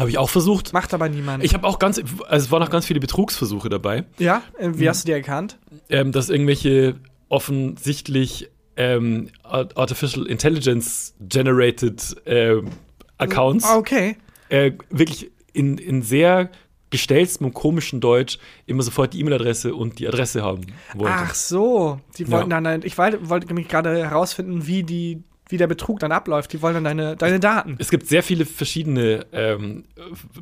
Speaker 3: habe ich auch versucht.
Speaker 2: Macht aber niemand.
Speaker 3: Ich habe auch ganz, also es waren auch ganz viele Betrugsversuche dabei.
Speaker 2: ja? Äh, Wie hast du die erkannt?
Speaker 3: ähm, dass irgendwelche offensichtlich ähm, Ar- Artificial Intelligence Generated ähm, Accounts
Speaker 2: Ah, Okay.
Speaker 3: äh, wirklich in, in sehr gestellstem und komischen Deutsch immer sofort die E-Mail-Adresse und die Adresse haben wollten.
Speaker 2: Ach so. Die wollten
Speaker 3: Ja.
Speaker 2: dann dein, Ich wollte, wollte mich gerade herausfinden, wie, die, wie der Betrug dann abläuft. Die wollen dann deine, deine Daten.
Speaker 3: Es gibt sehr viele verschiedene ähm,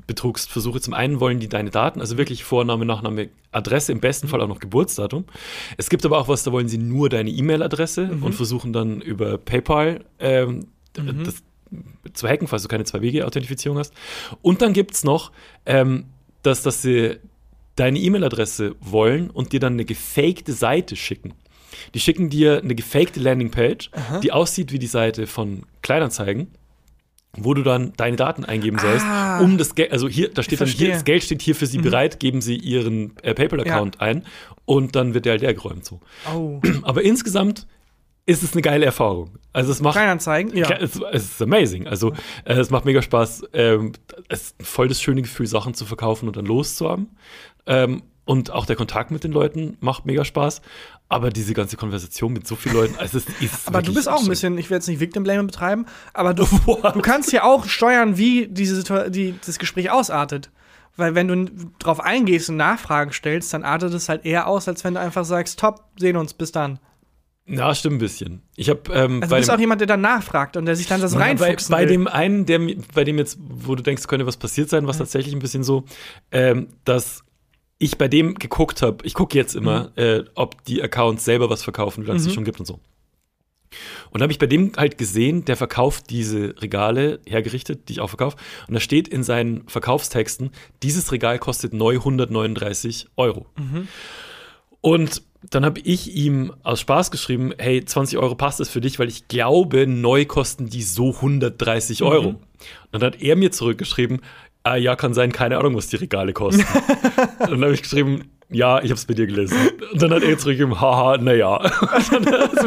Speaker 3: Betrugsversuche. Zum einen wollen die deine Daten, also wirklich Vorname, Nachname, Adresse, im besten Fall auch noch Geburtsdatum. Es gibt aber auch was, da wollen sie nur deine E-Mail-Adresse und versuchen dann über PayPal ähm, d- das zu hacken, falls du keine Zwei-Wege-Authentifizierung hast. Und dann gibt es noch, ähm, dass, dass sie deine E-Mail-Adresse wollen und dir dann eine gefakte Seite schicken. Die schicken dir eine gefakte Landingpage, die aussieht wie die Seite von Kleinanzeigen, wo du dann deine Daten eingeben sollst,
Speaker 2: Ah.
Speaker 3: um das Geld, also hier, da steht dann hier,
Speaker 2: verstehe. Mhm.
Speaker 3: das Geld steht hier für sie bereit, geben sie ihren äh, PayPal-Account ein und dann wird der leer geräumt so.
Speaker 2: Oh.
Speaker 3: Aber insgesamt ist es eine geile Erfahrung. Also es macht
Speaker 2: Kleinanzeigen? Ja.
Speaker 3: Klar, es, es ist amazing. Also, äh, es macht mega Spaß. Ähm, es ist voll das schöne Gefühl, Sachen zu verkaufen und dann loszuhaben. Ähm, und auch der Kontakt mit den Leuten macht mega Spaß. Aber diese ganze Konversation mit so vielen Leuten, also es ist, ist
Speaker 2: Aber du
Speaker 3: wirklich
Speaker 2: bist auch ein
Speaker 3: anstrengend.
Speaker 2: bisschen, ich will jetzt nicht Victim Blaming betreiben, aber du, du kannst ja auch steuern, wie diese Situa- die, das Gespräch ausartet. Weil wenn du drauf eingehst und Nachfragen stellst, dann artet es halt eher aus, als wenn du einfach sagst, top, sehen uns, bis dann.
Speaker 3: Ja, stimmt ein bisschen. Ich habe ähm,
Speaker 2: Also du
Speaker 3: bei
Speaker 2: bist
Speaker 3: dem-
Speaker 2: auch jemand, der dann nachfragt und der sich dann das
Speaker 3: Ja, bei,
Speaker 2: reinfuchsen
Speaker 3: bei
Speaker 2: will.
Speaker 3: dem einen, der, mi- bei dem jetzt, wo du denkst, könnte was passiert sein, was
Speaker 2: Mhm.
Speaker 3: tatsächlich ein bisschen so, ähm, dass ich bei dem geguckt habe, ich gucke jetzt
Speaker 2: Mhm.
Speaker 3: immer, äh, ob die Accounts selber was verkaufen, wie lange es die schon gibt und so. Und habe ich bei dem halt gesehen, der verkauft diese Regale hergerichtet, die ich auch verkaufe. Und da steht in seinen Verkaufstexten, dieses Regal kostet neu 139 Euro. Und dann habe ich ihm aus Spaß geschrieben, hey, 20 Euro passt das für dich, weil ich glaube, neu kosten die so 130 Euro. Und dann hat er mir zurückgeschrieben, ah, ja, kann sein, keine Ahnung, was die Regale kosten. Und dann habe ich geschrieben, ja, ich habe es bei dir gelesen. Und dann hat er zurückgegeben, haha, naja. Also,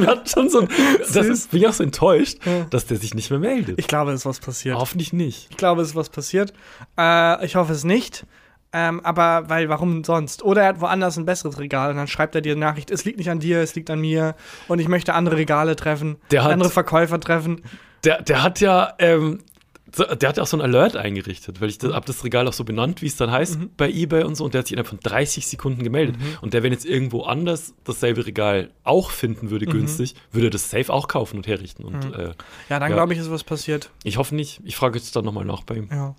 Speaker 3: wir hatten schon so ein, das ist, bin ich auch so enttäuscht, dass der sich nicht mehr meldet.
Speaker 2: ich glaube, es ist was passiert.
Speaker 3: Hoffentlich nicht.
Speaker 2: Ich glaube, es ist was passiert. Äh, ich hoffe es nicht. Ähm, aber weil, warum sonst? Oder er hat woanders ein besseres Regal und dann schreibt er dir eine Nachricht, es liegt nicht an dir, es liegt an mir und ich möchte andere Regale treffen,
Speaker 3: Der hat-
Speaker 2: andere Verkäufer treffen.
Speaker 3: Der, der hat ja, ähm, so- der hat ja auch so ein Alert eingerichtet, weil ich das, hab das Regal auch so benannt, wie es dann heißt bei eBay und so. Und der hat sich innerhalb von 30 Sekunden gemeldet. Und der, wenn jetzt irgendwo anders dasselbe Regal auch finden würde, günstig, würde er das safe auch kaufen und herrichten. Und äh,
Speaker 2: Ja, dann
Speaker 3: Ja.
Speaker 2: glaube ich, ist was passiert.
Speaker 3: ich hoffe nicht. Ich frage jetzt dann nochmal nach bei ihm.
Speaker 2: Ja.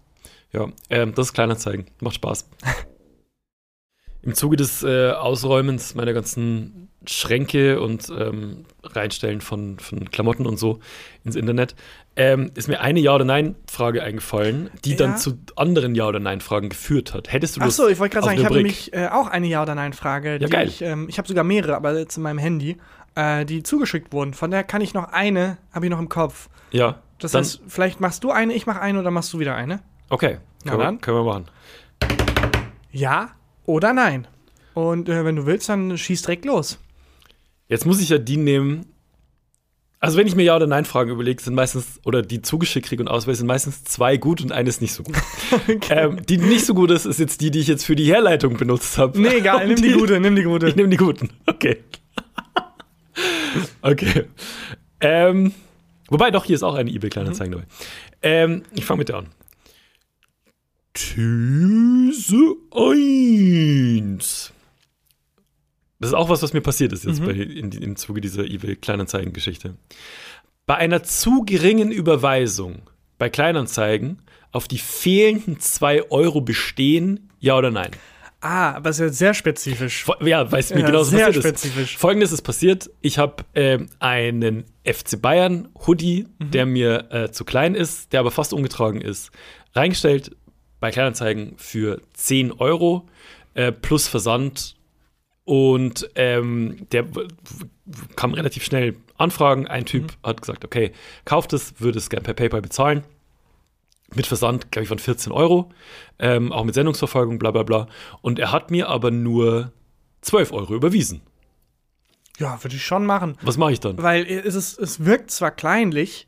Speaker 3: Ja, ähm, das ist Kleinanzeigen. Macht Spaß. Im Zuge des äh, Ausräumens meiner ganzen Schränke und ähm, Reinstellen von, von Klamotten und so ins Internet ähm, ist mir eine Ja- oder Nein-Frage eingefallen, die
Speaker 2: Ja.
Speaker 3: dann zu anderen Ja- oder Nein-Fragen geführt hat. Hättest du Lust
Speaker 2: Achso, ich wollte gerade
Speaker 3: auf
Speaker 2: sagen, ich
Speaker 3: eine
Speaker 2: habe mich
Speaker 3: Rubrik?
Speaker 2: äh, auch eine Ja- oder Nein-Frage.
Speaker 3: Ja,
Speaker 2: die
Speaker 3: geil.
Speaker 2: Ich, ähm, ich habe sogar mehrere, aber jetzt in meinem Handy, äh, die zugeschickt wurden. Von daher kann ich noch eine, habe ich noch im Kopf.
Speaker 3: Ja,
Speaker 2: Das
Speaker 3: dann,
Speaker 2: heißt, vielleicht machst du eine, ich mache eine oder machst du wieder eine?
Speaker 3: Okay,
Speaker 2: Na
Speaker 3: können, wir,
Speaker 2: dann.
Speaker 3: können wir machen.
Speaker 2: Ja oder nein? Und äh, wenn du willst, dann schieß direkt los.
Speaker 3: Jetzt muss ich ja die nehmen. Also, wenn ich mir Ja- oder Nein-Fragen überlege, sind meistens, oder die zugeschickt kriege und auswähle, sind meistens zwei gut und eines nicht so gut. ähm, die die nicht so gut ist, ist jetzt die, die ich jetzt für die Herleitung benutzt habe.
Speaker 2: Nee, egal,
Speaker 3: Und
Speaker 2: nimm die gute, nimm die gute.
Speaker 3: Ich nehme die guten. Okay. okay. Ähm, wobei, doch, hier ist auch eine eBay-Kleinanzeige dabei. Ähm, ich fange mit der an. These 1. Das ist auch was, was mir passiert ist jetzt bei, in, im Zuge dieser eBay-Kleinanzeigen-Geschichte. Bei einer zu geringen Überweisung bei Kleinanzeigen auf die fehlenden 2 Euro bestehen, ja oder nein?
Speaker 2: Ah, aber es ist ja sehr spezifisch.
Speaker 3: Ja, weißt du, wie
Speaker 2: Ja,
Speaker 3: genau so
Speaker 2: sehr
Speaker 3: passiert
Speaker 2: spezifisch.
Speaker 3: ist. Folgendes ist passiert. Ich habe ähm, einen FC Bayern Hoodie,
Speaker 2: Mhm.
Speaker 3: der mir äh, zu klein ist, der aber fast ungetragen ist, reingestellt bei Kleinanzeigen für 10 Euro äh, plus Versand. Und ähm, der w- w- kam relativ schnell anfragen. Ein Typ
Speaker 2: Mhm.
Speaker 3: hat gesagt, okay, kauft es, würde es gerne per PayPal bezahlen mit Versand, glaube ich, waren 14 Euro, ähm, auch mit Sendungsverfolgung, bla bla bla. Und er hat mir aber nur 12 Euro überwiesen.
Speaker 2: Ja, würde ich schon machen.
Speaker 3: Was mache ich dann?
Speaker 2: Weil es, ist, es wirkt zwar kleinlich,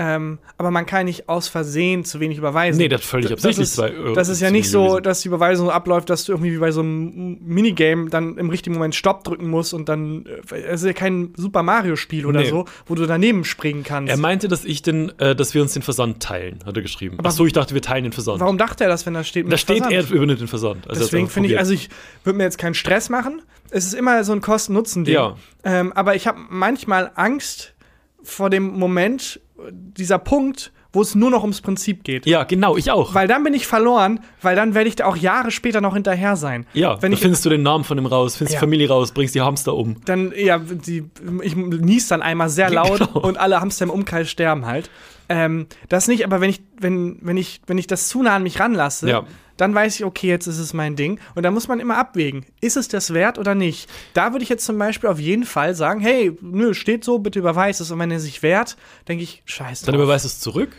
Speaker 2: ähm, aber man kann nicht aus Versehen zu wenig überweisen.
Speaker 3: Nee, das ist völlig absichtlich, äh,
Speaker 2: Das ist,
Speaker 3: zwei Euro
Speaker 2: das ist ja
Speaker 3: zu
Speaker 2: nicht
Speaker 3: wenig
Speaker 2: so,
Speaker 3: gewesen.
Speaker 2: dass die Überweisung so abläuft, dass du irgendwie wie bei so einem Minigame dann im richtigen Moment Stopp drücken musst und dann. äh, Es ist ja kein Super Mario-Spiel oder
Speaker 3: Nee.
Speaker 2: so, wo du daneben springen kannst.
Speaker 3: Er meinte, dass ich den, äh, dass wir uns den Versand teilen, hat er geschrieben. Ach so, ich dachte, wir teilen den Versand.
Speaker 2: Warum dachte er das, wenn da steht? mit
Speaker 3: Da steht,
Speaker 2: Versand?
Speaker 3: er übernimmt den Versand. Also er hat's
Speaker 2: Deswegen
Speaker 3: einfach
Speaker 2: finde ich,
Speaker 3: probiert.
Speaker 2: also ich würde mir jetzt keinen Stress machen. Es ist immer so ein Kosten-Nutzen-Ding.
Speaker 3: Ja.
Speaker 2: Ähm, aber ich habe manchmal Angst vor dem Moment, äh, dieser Punkt, wo es nur noch ums Prinzip geht.
Speaker 3: Ja, genau, ich auch.
Speaker 2: Weil dann bin ich verloren, weil dann werde ich da auch Jahre später noch hinterher sein.
Speaker 3: ja,
Speaker 2: Wenn
Speaker 3: da
Speaker 2: ich
Speaker 3: findest du den Namen von dem raus, findest
Speaker 2: Ja.
Speaker 3: die Familie raus, bringst die Hamster um.
Speaker 2: dann, ja, die, ich nies dann einmal sehr laut
Speaker 3: Genau.
Speaker 2: und alle Hamster im Umkreis sterben halt. Ähm, das nicht, aber wenn ich, wenn, wenn ich, wenn ich das zu nah an mich ranlasse,
Speaker 3: Ja.
Speaker 2: dann weiß ich, okay, jetzt ist es mein Ding. Und da muss man immer abwägen, ist es das wert oder nicht? Da würde ich jetzt zum Beispiel auf jeden Fall sagen, hey, nö, steht so, bitte überweis es. Und wenn er sich wehrt, denke ich, scheiße.
Speaker 3: Dann überweist du es zurück,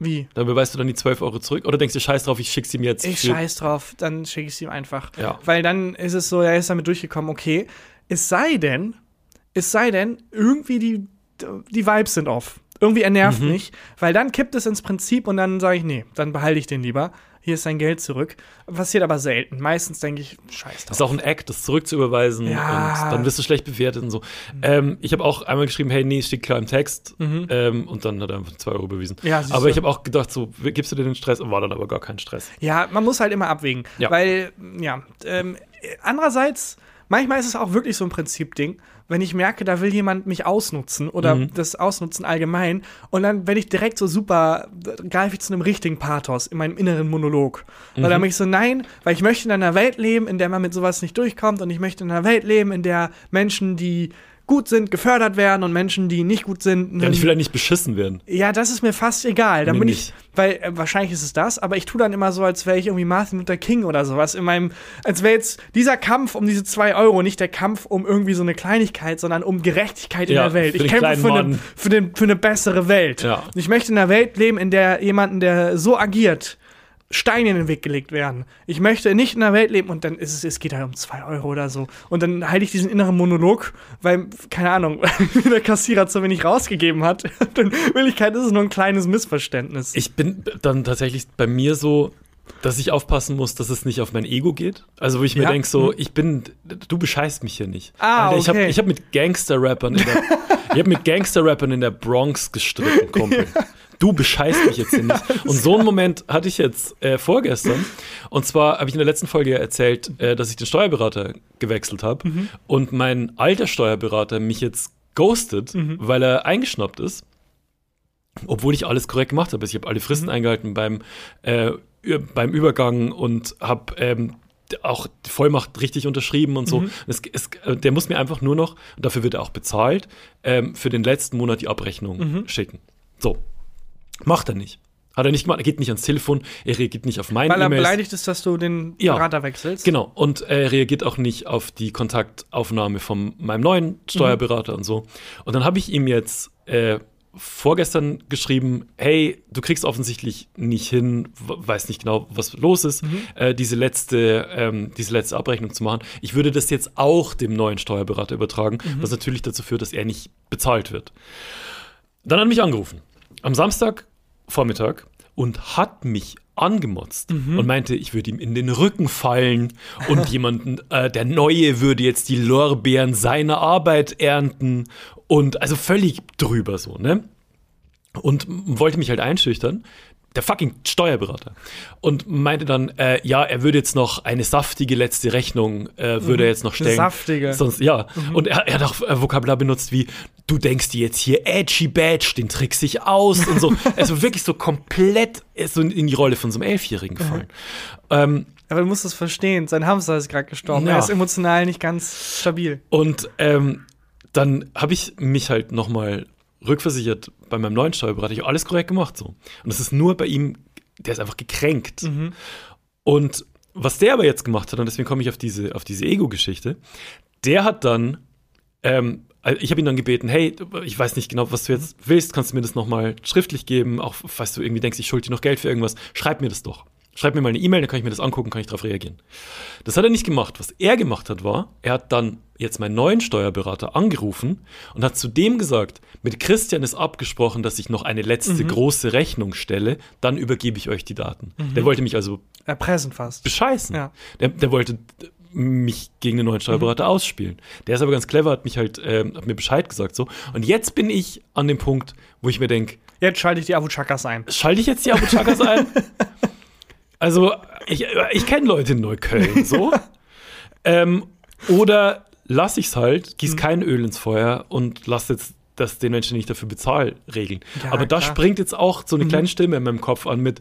Speaker 2: Wie?
Speaker 3: dann überweist du dann die 12 Euro zurück oder denkst du, scheiß drauf, ich schick's ihm jetzt.
Speaker 2: Ich
Speaker 3: für-
Speaker 2: scheiß drauf, dann schicke ich es ihm einfach.
Speaker 3: Ja.
Speaker 2: Weil dann ist es so, er ist damit durchgekommen, okay. Es sei denn, es sei denn, irgendwie die, die Vibes sind off. Irgendwie er nervt
Speaker 3: Mhm.
Speaker 2: mich, weil dann kippt es ins Prinzip und dann sage ich, nee, dann behalte ich den lieber. Hier ist sein Geld zurück. Passiert aber selten. Meistens denke ich, scheiß
Speaker 3: Das
Speaker 2: drauf.
Speaker 3: ist auch ein Act, das zurückzuüberweisen
Speaker 2: Ja.
Speaker 3: und dann wirst du schlecht bewertet und so. Ähm, ich habe auch einmal geschrieben, hey, nee, steht klar im Text ähm, und dann hat er einfach 2 Euro bewiesen.
Speaker 2: Mhm. Ja, siehst
Speaker 3: aber
Speaker 2: du.
Speaker 3: ich habe auch gedacht, so, gibst du dir den Stress? War dann aber gar kein Stress.
Speaker 2: Ja, man muss halt immer abwägen.
Speaker 3: Ja.
Speaker 2: Weil, ja, ähm, andererseits, manchmal ist es auch wirklich so ein Prinzipding, wenn ich merke, da will jemand mich ausnutzen oder
Speaker 3: Mhm.
Speaker 2: das Ausnutzen allgemein und dann werde ich direkt so super, da greife ich zu einem richtigen Pathos in meinem inneren Monolog. Weil
Speaker 3: Mhm.
Speaker 2: dann bin ich so, nein, weil ich möchte in einer Welt leben, in der man mit sowas nicht durchkommt und ich möchte in einer Welt leben, in der Menschen, die gut sind, gefördert werden und Menschen, die nicht gut sind,
Speaker 3: Ja, und
Speaker 2: einen
Speaker 3: ich will ja nicht beschissen werden.
Speaker 2: ja, das ist mir fast egal. Da
Speaker 3: Mir
Speaker 2: bin ich,
Speaker 3: nicht.
Speaker 2: weil äh, wahrscheinlich ist es das, aber ich tue dann immer so, als wäre ich irgendwie Martin Luther King oder sowas in meinem, als wäre jetzt dieser Kampf um diese zwei Euro nicht der Kampf um irgendwie so eine Kleinigkeit, sondern um Gerechtigkeit in
Speaker 3: Ja,
Speaker 2: der Welt.
Speaker 3: für
Speaker 2: Ich
Speaker 3: den
Speaker 2: kämpfe
Speaker 3: kleinen
Speaker 2: für eine,
Speaker 3: Mann.
Speaker 2: für, den, für eine bessere Welt.
Speaker 3: Ja.
Speaker 2: Ich möchte in einer Welt leben, in der jemanden, der so agiert, Steine in den Weg gelegt werden. Ich möchte nicht in einer Welt leben und dann ist es, es geht halt um zwei Euro oder so. Und dann halte ich diesen inneren Monolog, weil, keine Ahnung, der Kassierer zu wenig rausgegeben hat. in Wirklichkeit ist es nur ein kleines Missverständnis.
Speaker 3: Ich bin dann tatsächlich bei mir so, dass ich aufpassen muss, dass es nicht auf mein Ego geht. Also, wo ich
Speaker 2: Ja. Mhm.
Speaker 3: mir denke, so, ich bin, du bescheißt mich hier nicht.
Speaker 2: Ah,
Speaker 3: Alter, ich habe
Speaker 2: okay.
Speaker 3: ich hab mit Gangster-Rappern in der, ich hab mit Gangster-Rappern in der Bronx gestritten, Kumpel. Du bescheißt mich jetzt hier nicht. Und so einen Moment hatte ich jetzt äh, vorgestern. Und zwar habe ich in der letzten Folge ja erzählt, äh, dass ich den Steuerberater gewechselt habe
Speaker 2: Mhm.
Speaker 3: und mein alter Steuerberater mich jetzt ghostet,
Speaker 2: Mhm.
Speaker 3: weil er eingeschnappt ist obwohl ich alles korrekt gemacht habe. Also Ich habe alle Fristen eingehalten beim, äh, Ü- beim Übergang und habe ähm, d- auch die Vollmacht richtig unterschrieben und so.
Speaker 2: Mhm.
Speaker 3: Es, es, äh, der muss mir einfach nur noch, und dafür wird er auch bezahlt, ähm, für den letzten Monat die Abrechnung
Speaker 2: Mhm.
Speaker 3: schicken. So. Macht er nicht. Hat er nicht gemacht, er geht nicht ans Telefon, er reagiert nicht auf meine
Speaker 2: weil er
Speaker 3: E-Mails.
Speaker 2: beleidigt ist, dass du den
Speaker 3: Ja.
Speaker 2: Berater wechselst.
Speaker 3: Genau, und er reagiert auch nicht auf die Kontaktaufnahme von meinem neuen Steuerberater und so. Und dann habe ich ihm jetzt äh, vorgestern geschrieben, hey, du kriegst offensichtlich nicht hin, w- weiß nicht genau, was los ist, äh, diese, letzte, ähm, diese letzte Abrechnung zu machen. Ich würde das jetzt auch dem neuen Steuerberater übertragen, was natürlich dazu führt, dass er nicht bezahlt wird. Dann hat er mich angerufen. Am Samstag Vormittag und hat mich angemotzt und meinte, ich würde ihm in den Rücken fallen und jemanden, äh, der Neue würde jetzt die Lorbeeren seiner Arbeit ernten und also völlig drüber so, ne? Und m- wollte mich halt einschüchtern. Der fucking Steuerberater. Und meinte dann, äh, ja, er würde jetzt noch eine saftige letzte Rechnung, äh, würde er jetzt noch stellen.
Speaker 2: saftige.
Speaker 3: Sonst, ja. Und er, er hat auch äh, Vokabular benutzt wie, du denkst dir jetzt hier edgy badge, den trickst ich aus und so. also wirklich so komplett äh, so in die Rolle von so einem Elfjährigen gefallen. Ähm,
Speaker 2: Aber du musst es verstehen. Sein Hamster ist gerade gestorben.
Speaker 3: Ja.
Speaker 2: Er ist emotional nicht ganz stabil.
Speaker 3: Und ähm, dann habe ich mich halt nochmal rückversichert bei meinem neuen Steuerberater. Ich habe alles korrekt gemacht so. Und es ist nur bei ihm, der ist einfach gekränkt. Und was der aber jetzt gemacht hat, und deswegen komme ich auf diese, auf diese Ego-Geschichte, der hat dann, ähm, ich habe ihn dann gebeten, hey, ich weiß nicht genau, was du jetzt willst, kannst du mir das nochmal schriftlich geben, auch falls du irgendwie denkst, ich schulde dir noch Geld für irgendwas, schreib mir das doch. Schreib mir mal eine E-Mail, dann kann ich mir das angucken, kann ich darauf reagieren. Das hat er nicht gemacht. Was er gemacht hat, war, er hat dann jetzt meinen neuen Steuerberater angerufen und hat zudem gesagt, mit Christian ist abgesprochen, dass ich noch eine letzte große Rechnung stelle, dann übergebe ich euch die Daten. Der wollte mich also
Speaker 2: Erpressend fast.
Speaker 3: bescheißen.
Speaker 2: Ja.
Speaker 3: Der, der wollte mich gegen den neuen Steuerberater ausspielen. Der ist aber ganz clever, hat mich halt, ähm, hat mir Bescheid gesagt so. Und jetzt bin ich an dem Punkt, wo ich mir denke,
Speaker 2: Jetzt schalte ich die Abu Chakas ein.
Speaker 3: schalte ich jetzt die Abu Chakas ein? also, ich, ich kenne Leute in Neukölln, so. ähm, oder lass ich's halt,
Speaker 2: Mhm.
Speaker 3: gieß kein Öl ins Feuer und lass jetzt das den Menschen nicht dafür bezahl regeln.
Speaker 2: Ja,
Speaker 3: Aber da
Speaker 2: klar. Mhm.
Speaker 3: springt jetzt auch so eine kleine Stimme in meinem Kopf an mit,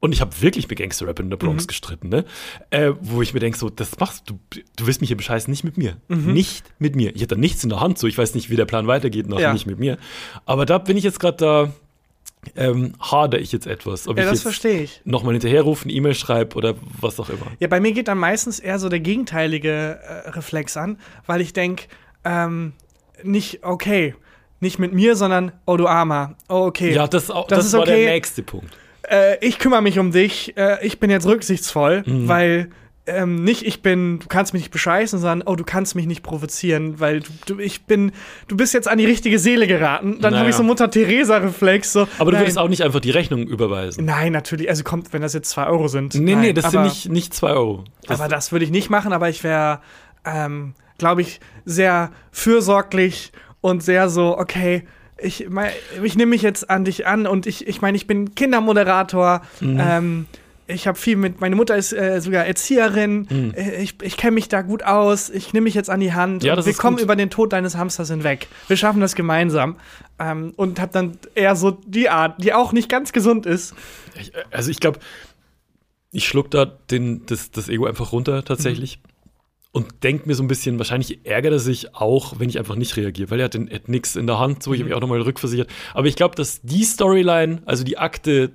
Speaker 3: und ich habe wirklich mit Gangster-Rap in der
Speaker 2: Mhm.
Speaker 3: Bronx gestritten, ne? Äh, wo ich mir denke, so, das machst du, du willst mich hier bescheißen, nicht mit mir.
Speaker 2: Mhm.
Speaker 3: Nicht mit mir. Ich hätte da nichts in der Hand, so, ich weiß nicht, wie der Plan weitergeht, nach
Speaker 2: Ja.
Speaker 3: nicht mit mir. Aber da bin ich jetzt gerade da, ähm, hader ich jetzt etwas. Ob
Speaker 2: Ja, das
Speaker 3: ich jetzt
Speaker 2: verstehe ich.
Speaker 3: nochmal hinterherrufe, eine E-Mail schreibe oder was auch immer.
Speaker 2: Ja, bei mir geht dann meistens eher so der gegenteilige äh, Reflex an, weil ich denke, ähm, nicht okay, nicht mit mir, sondern oh du Armer, oh okay.
Speaker 3: Ja, das, au-
Speaker 2: Das
Speaker 3: das
Speaker 2: ist
Speaker 3: war
Speaker 2: okay.
Speaker 3: der nächste Punkt.
Speaker 2: äh, ich kümmere mich um dich, äh, ich bin jetzt rücksichtsvoll,
Speaker 3: Mhm.
Speaker 2: weil ähm, nicht ich bin, du kannst mich nicht bescheißen, sondern oh, du kannst mich nicht provozieren, weil du, du ich bin, du bist jetzt an die richtige Seele geraten. Dann habe
Speaker 3: Naja.
Speaker 2: ich so Mutter Teresa Reflex so.
Speaker 3: Aber du
Speaker 2: nein,
Speaker 3: würdest auch nicht einfach die Rechnung überweisen.
Speaker 2: Nein, natürlich, also kommt, wenn das jetzt zwei Euro sind.
Speaker 3: Nee,
Speaker 2: nein,
Speaker 3: nee, das sind
Speaker 2: aber-
Speaker 3: nicht, nicht zwei Euro. Das,
Speaker 2: aber das würde ich nicht machen, aber ich wäre, ähm, glaube ich, sehr fürsorglich und sehr so, okay, ich, mein, ich nehme mich jetzt an dich an und ich, ich meine, ich bin Kindermoderator.
Speaker 3: Mhm.
Speaker 2: Ähm, ich habe viel mit, meine Mutter ist äh, sogar Erzieherin. äh, Ich, ich kenne mich da gut aus. Ich nehme mich jetzt an die Hand.
Speaker 3: Mhm. Ja,
Speaker 2: und
Speaker 3: das
Speaker 2: wir
Speaker 3: ist
Speaker 2: kommen
Speaker 3: gut.
Speaker 2: über den Tod deines Hamsters hinweg. Wir schaffen das gemeinsam. Ähm, und habe dann eher so die Art, die auch nicht ganz gesund ist.
Speaker 3: ich, also ich glaube, ich schluck da den, das, das Ego einfach runter tatsächlich.
Speaker 2: Mhm.
Speaker 3: Und denk mir so ein bisschen, wahrscheinlich ärgert er sich auch, wenn ich einfach nicht reagiere, weil er hat, den, er hat nix in der Hand,
Speaker 2: Mhm.
Speaker 3: so ich habe mich auch nochmal rückversichert. Aber ich glaube, dass die Storyline, also die Akte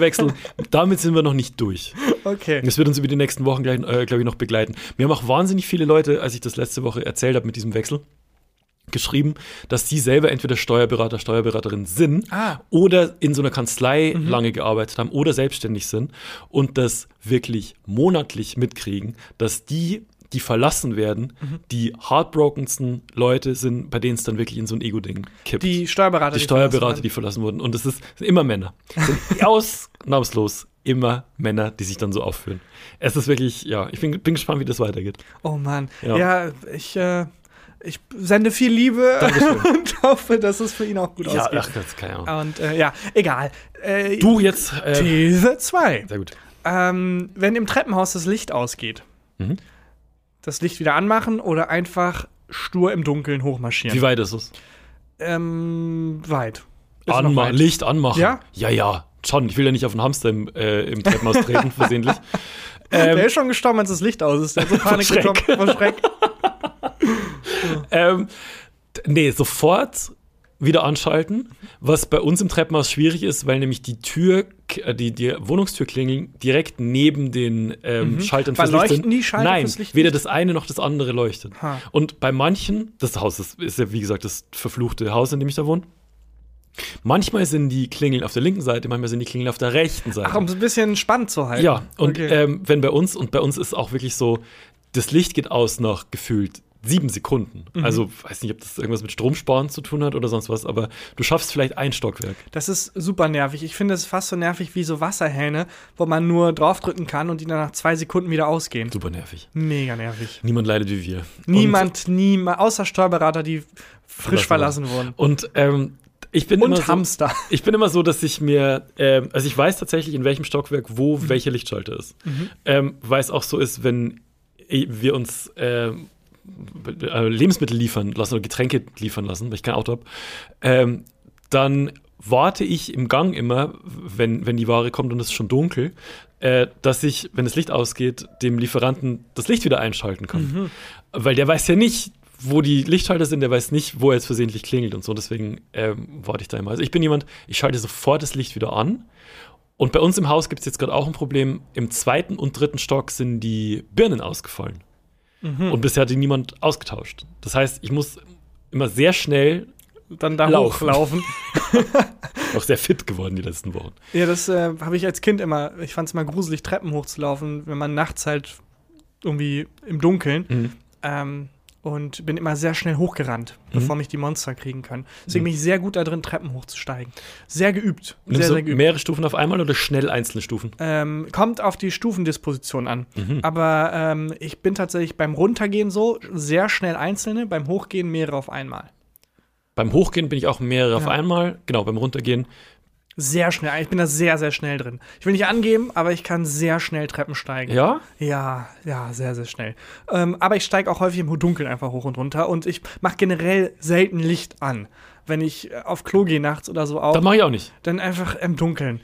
Speaker 3: wechseln, damit sind wir noch nicht durch.
Speaker 2: Okay.
Speaker 3: Das wird uns über die nächsten Wochen, gleich, äh, glaube ich, noch begleiten. Mir haben auch wahnsinnig viele Leute, als ich das letzte Woche erzählt habe mit diesem Wechsel, geschrieben, dass sie selber entweder Steuerberater, Steuerberaterin sind
Speaker 2: Ah. Mhm.
Speaker 3: oder in so einer Kanzlei lange gearbeitet haben oder selbstständig sind und das wirklich monatlich mitkriegen, dass die, die verlassen werden,
Speaker 2: Mhm.
Speaker 3: die heartbrokensten Leute sind, bei denen es dann wirklich in so ein Ego-Ding kippt.
Speaker 2: Die Steuerberater.
Speaker 3: Die
Speaker 2: verlassen
Speaker 3: Steuerberater,
Speaker 2: werden.
Speaker 3: die verlassen wurden. Und es ist sind immer Männer. Es Sind ausnahmslos immer Männer, die sich dann so aufführen. Es ist wirklich, ja, ich bin, bin gespannt, wie das weitergeht.
Speaker 2: Oh Mann. Ja,
Speaker 3: Ja.
Speaker 2: ich, äh, ich sende viel Liebe und hoffe, dass es für ihn auch gut ausgeht.
Speaker 3: ach, das keine Ahnung.
Speaker 2: Und äh, ja, egal. Äh,
Speaker 3: Du jetzt, äh,
Speaker 2: These 2.
Speaker 3: sehr gut.
Speaker 2: Ähm, wenn im Treppenhaus das Licht ausgeht,
Speaker 3: Mhm.
Speaker 2: das Licht wieder anmachen oder einfach stur im Dunkeln
Speaker 3: Wie
Speaker 2: hochmarschieren?
Speaker 3: weit ist es?
Speaker 2: ähm, weit. Ist noch
Speaker 3: Anma
Speaker 2: weit.
Speaker 3: Licht anmachen.
Speaker 2: Ja?
Speaker 3: Ja, ja, schon. Ich will ja nicht auf den Hamster im, äh, im Treppenhaus treten, versehentlich. Ähm,
Speaker 2: Der ist schon gestorben, als das Licht aus ist. Der hat so Panik
Speaker 3: Schreck.
Speaker 2: bekommen. Vor Schreck.
Speaker 3: Ähm, d- nee, sofort wieder anschalten, was bei uns im Treppenhaus schwierig ist, weil nämlich die Tür, k- äh, die, die Wohnungstürklingeln direkt neben den ähm, Schaltern fürs Licht
Speaker 2: Verleuchten
Speaker 3: sind.
Speaker 2: Mhm. die Schalter
Speaker 3: Nein,
Speaker 2: fürs Licht
Speaker 3: weder das eine noch das andere leuchtet.
Speaker 2: Ha.
Speaker 3: Und bei manchen, das Haus ist, ist ja wie gesagt das verfluchte Haus, in dem ich da wohne. Manchmal sind die Klingeln auf der linken Seite, manchmal sind die Klingeln auf der rechten Seite.
Speaker 2: Ach, um es ein bisschen spannend zu halten.
Speaker 3: Ja, und
Speaker 2: Äh, Okay.
Speaker 3: ähm, wenn bei uns, und bei uns ist auch wirklich so, das Licht geht aus nach gefühlt sieben Sekunden.
Speaker 2: Mhm.
Speaker 3: Also weiß nicht, ob das irgendwas mit Stromsparen zu tun hat oder sonst was, aber du schaffst vielleicht ein Stockwerk.
Speaker 2: Das ist super nervig. Ich finde es fast so nervig wie so Wasserhähne, wo man nur draufdrücken kann und die dann nach zwei Sekunden wieder ausgehen.
Speaker 3: Super nervig.
Speaker 2: Mega nervig.
Speaker 3: Niemand leidet wie wir.
Speaker 2: Niemand, niemand, außer Steuerberater, die frisch verlassen wurden.
Speaker 3: Und, und ähm, ich bin immer
Speaker 2: Und
Speaker 3: so,
Speaker 2: Hamster.
Speaker 3: Ich bin immer so, dass ich mir, ähm, also ich weiß tatsächlich, in welchem Stockwerk wo welcher Lichtschalter ist. Ähm, weil es auch so ist, wenn i- wir uns ähm, b- äh, Lebensmittel liefern lassen oder Getränke liefern lassen, weil ich kein Auto habe, ähm, dann warte ich im Gang immer, wenn, wenn die Ware kommt und es ist schon dunkel, äh, dass ich, wenn das Licht ausgeht, dem Lieferanten das Licht wieder einschalten kann. Mhm. Weil der weiß ja nicht, wo die Lichtschalter sind, der weiß nicht, wo er jetzt versehentlich klingelt und so. Deswegen ähm, warte ich da immer. Also ich bin jemand, ich schalte sofort das Licht wieder an. Und bei uns im Haus gibt es jetzt gerade auch ein Problem. Im zweiten und dritten Stock sind die Birnen ausgefallen. Mhm. Und bisher hat die niemand ausgetauscht. Das heißt, ich muss immer sehr schnell
Speaker 2: dann da laufen. hochlaufen.
Speaker 3: auch sehr fit geworden die letzten Wochen.
Speaker 2: Ja, das äh, habe ich als Kind immer. Ich fand es mal gruselig, Treppen hochzulaufen, wenn man nachts halt irgendwie im Dunkeln. Mhm. Ähm, und bin immer sehr schnell hochgerannt, mhm. bevor mich die Monster kriegen können. Deswegen mhm. bin ich sehr gut da drin, Treppen hochzusteigen. Sehr geübt.
Speaker 3: Nimmst
Speaker 2: sehr,
Speaker 3: du
Speaker 2: sehr geübt.
Speaker 3: mehrere Stufen auf einmal oder schnell einzelne Stufen?
Speaker 2: Ähm, kommt auf die Stufendisposition an. Mhm. Aber ähm, ich bin tatsächlich beim Runtergehen so sehr schnell einzelne, beim Hochgehen mehrere auf einmal.
Speaker 3: Beim Hochgehen bin ich auch mehrere ja. auf einmal. Genau, beim Runtergehen
Speaker 2: sehr schnell. Ich bin da sehr, sehr schnell drin. Ich will nicht angeben, aber ich kann sehr schnell Treppen steigen.
Speaker 3: Ja?
Speaker 2: Ja, ja, sehr, sehr schnell. Ähm, aber ich steige auch häufig im Dunkeln einfach hoch und runter und ich mache generell selten Licht an. Wenn ich äh, auf Klo gehe nachts oder so auch.
Speaker 3: Das mache ich auch nicht.
Speaker 2: Dann einfach im Dunkeln.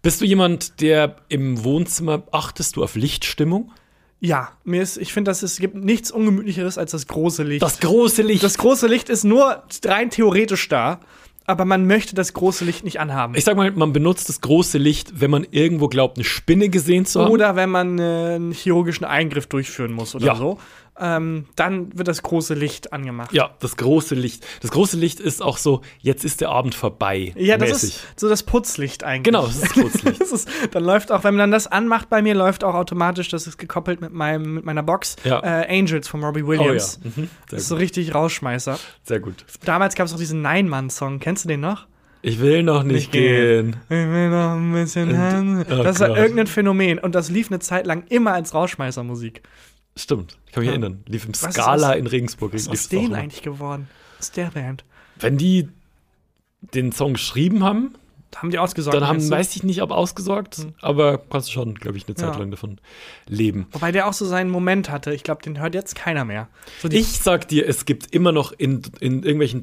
Speaker 3: Bist du jemand, der im Wohnzimmer achtest du auf Lichtstimmung?
Speaker 2: Ja, mir ist, ich finde, dass es gibt nichts ungemütlicheres als das große Licht.
Speaker 3: Das große Licht.
Speaker 2: Das große Licht ist nur rein theoretisch da aber man möchte das große Licht nicht anhaben.
Speaker 3: Ich sag mal, man benutzt das große Licht, wenn man irgendwo glaubt, eine Spinne gesehen zu haben.
Speaker 2: Oder wenn man äh, einen chirurgischen Eingriff durchführen muss oder ja. so. Ähm, dann wird das große Licht angemacht.
Speaker 3: Ja, das große Licht. Das große Licht ist auch so, jetzt ist der Abend vorbei.
Speaker 2: Ja, das mäßig. ist so das Putzlicht eigentlich.
Speaker 3: Genau, das ist Putzlicht. das
Speaker 2: ist, dann läuft auch, wenn man das anmacht, bei mir läuft auch automatisch, das ist gekoppelt mit, meinem, mit meiner Box,
Speaker 3: ja.
Speaker 2: äh, Angels von Robbie Williams.
Speaker 3: Oh, ja. Mhm,
Speaker 2: das ist so richtig Rausschmeißer.
Speaker 3: Sehr gut.
Speaker 2: Damals gab es auch diesen Nein-Mann-Song. Kennst du den noch?
Speaker 3: Ich will noch nicht, nicht gehen. gehen.
Speaker 2: Ich will noch ein bisschen. Und, oh das war Gott. irgendein Phänomen und das lief eine Zeit lang immer als Rausschmeißermusik.
Speaker 3: Stimmt, ich kann mich ja. erinnern. Lief im Scala aus, in Regensburg.
Speaker 2: Was ist
Speaker 3: aus
Speaker 2: denen eigentlich geworden? Aus der Band.
Speaker 3: Wenn die den Song geschrieben haben,
Speaker 2: haben die ausgesorgt.
Speaker 3: Dann haben, weiß ich nicht, ob ausgesorgt, mhm. aber kannst du schon, glaube ich, eine Zeit ja. lang davon leben.
Speaker 2: Wobei der auch so seinen Moment hatte. Ich glaube, den hört jetzt keiner mehr.
Speaker 3: So ich sag dir, es gibt immer noch in, in irgendwelchen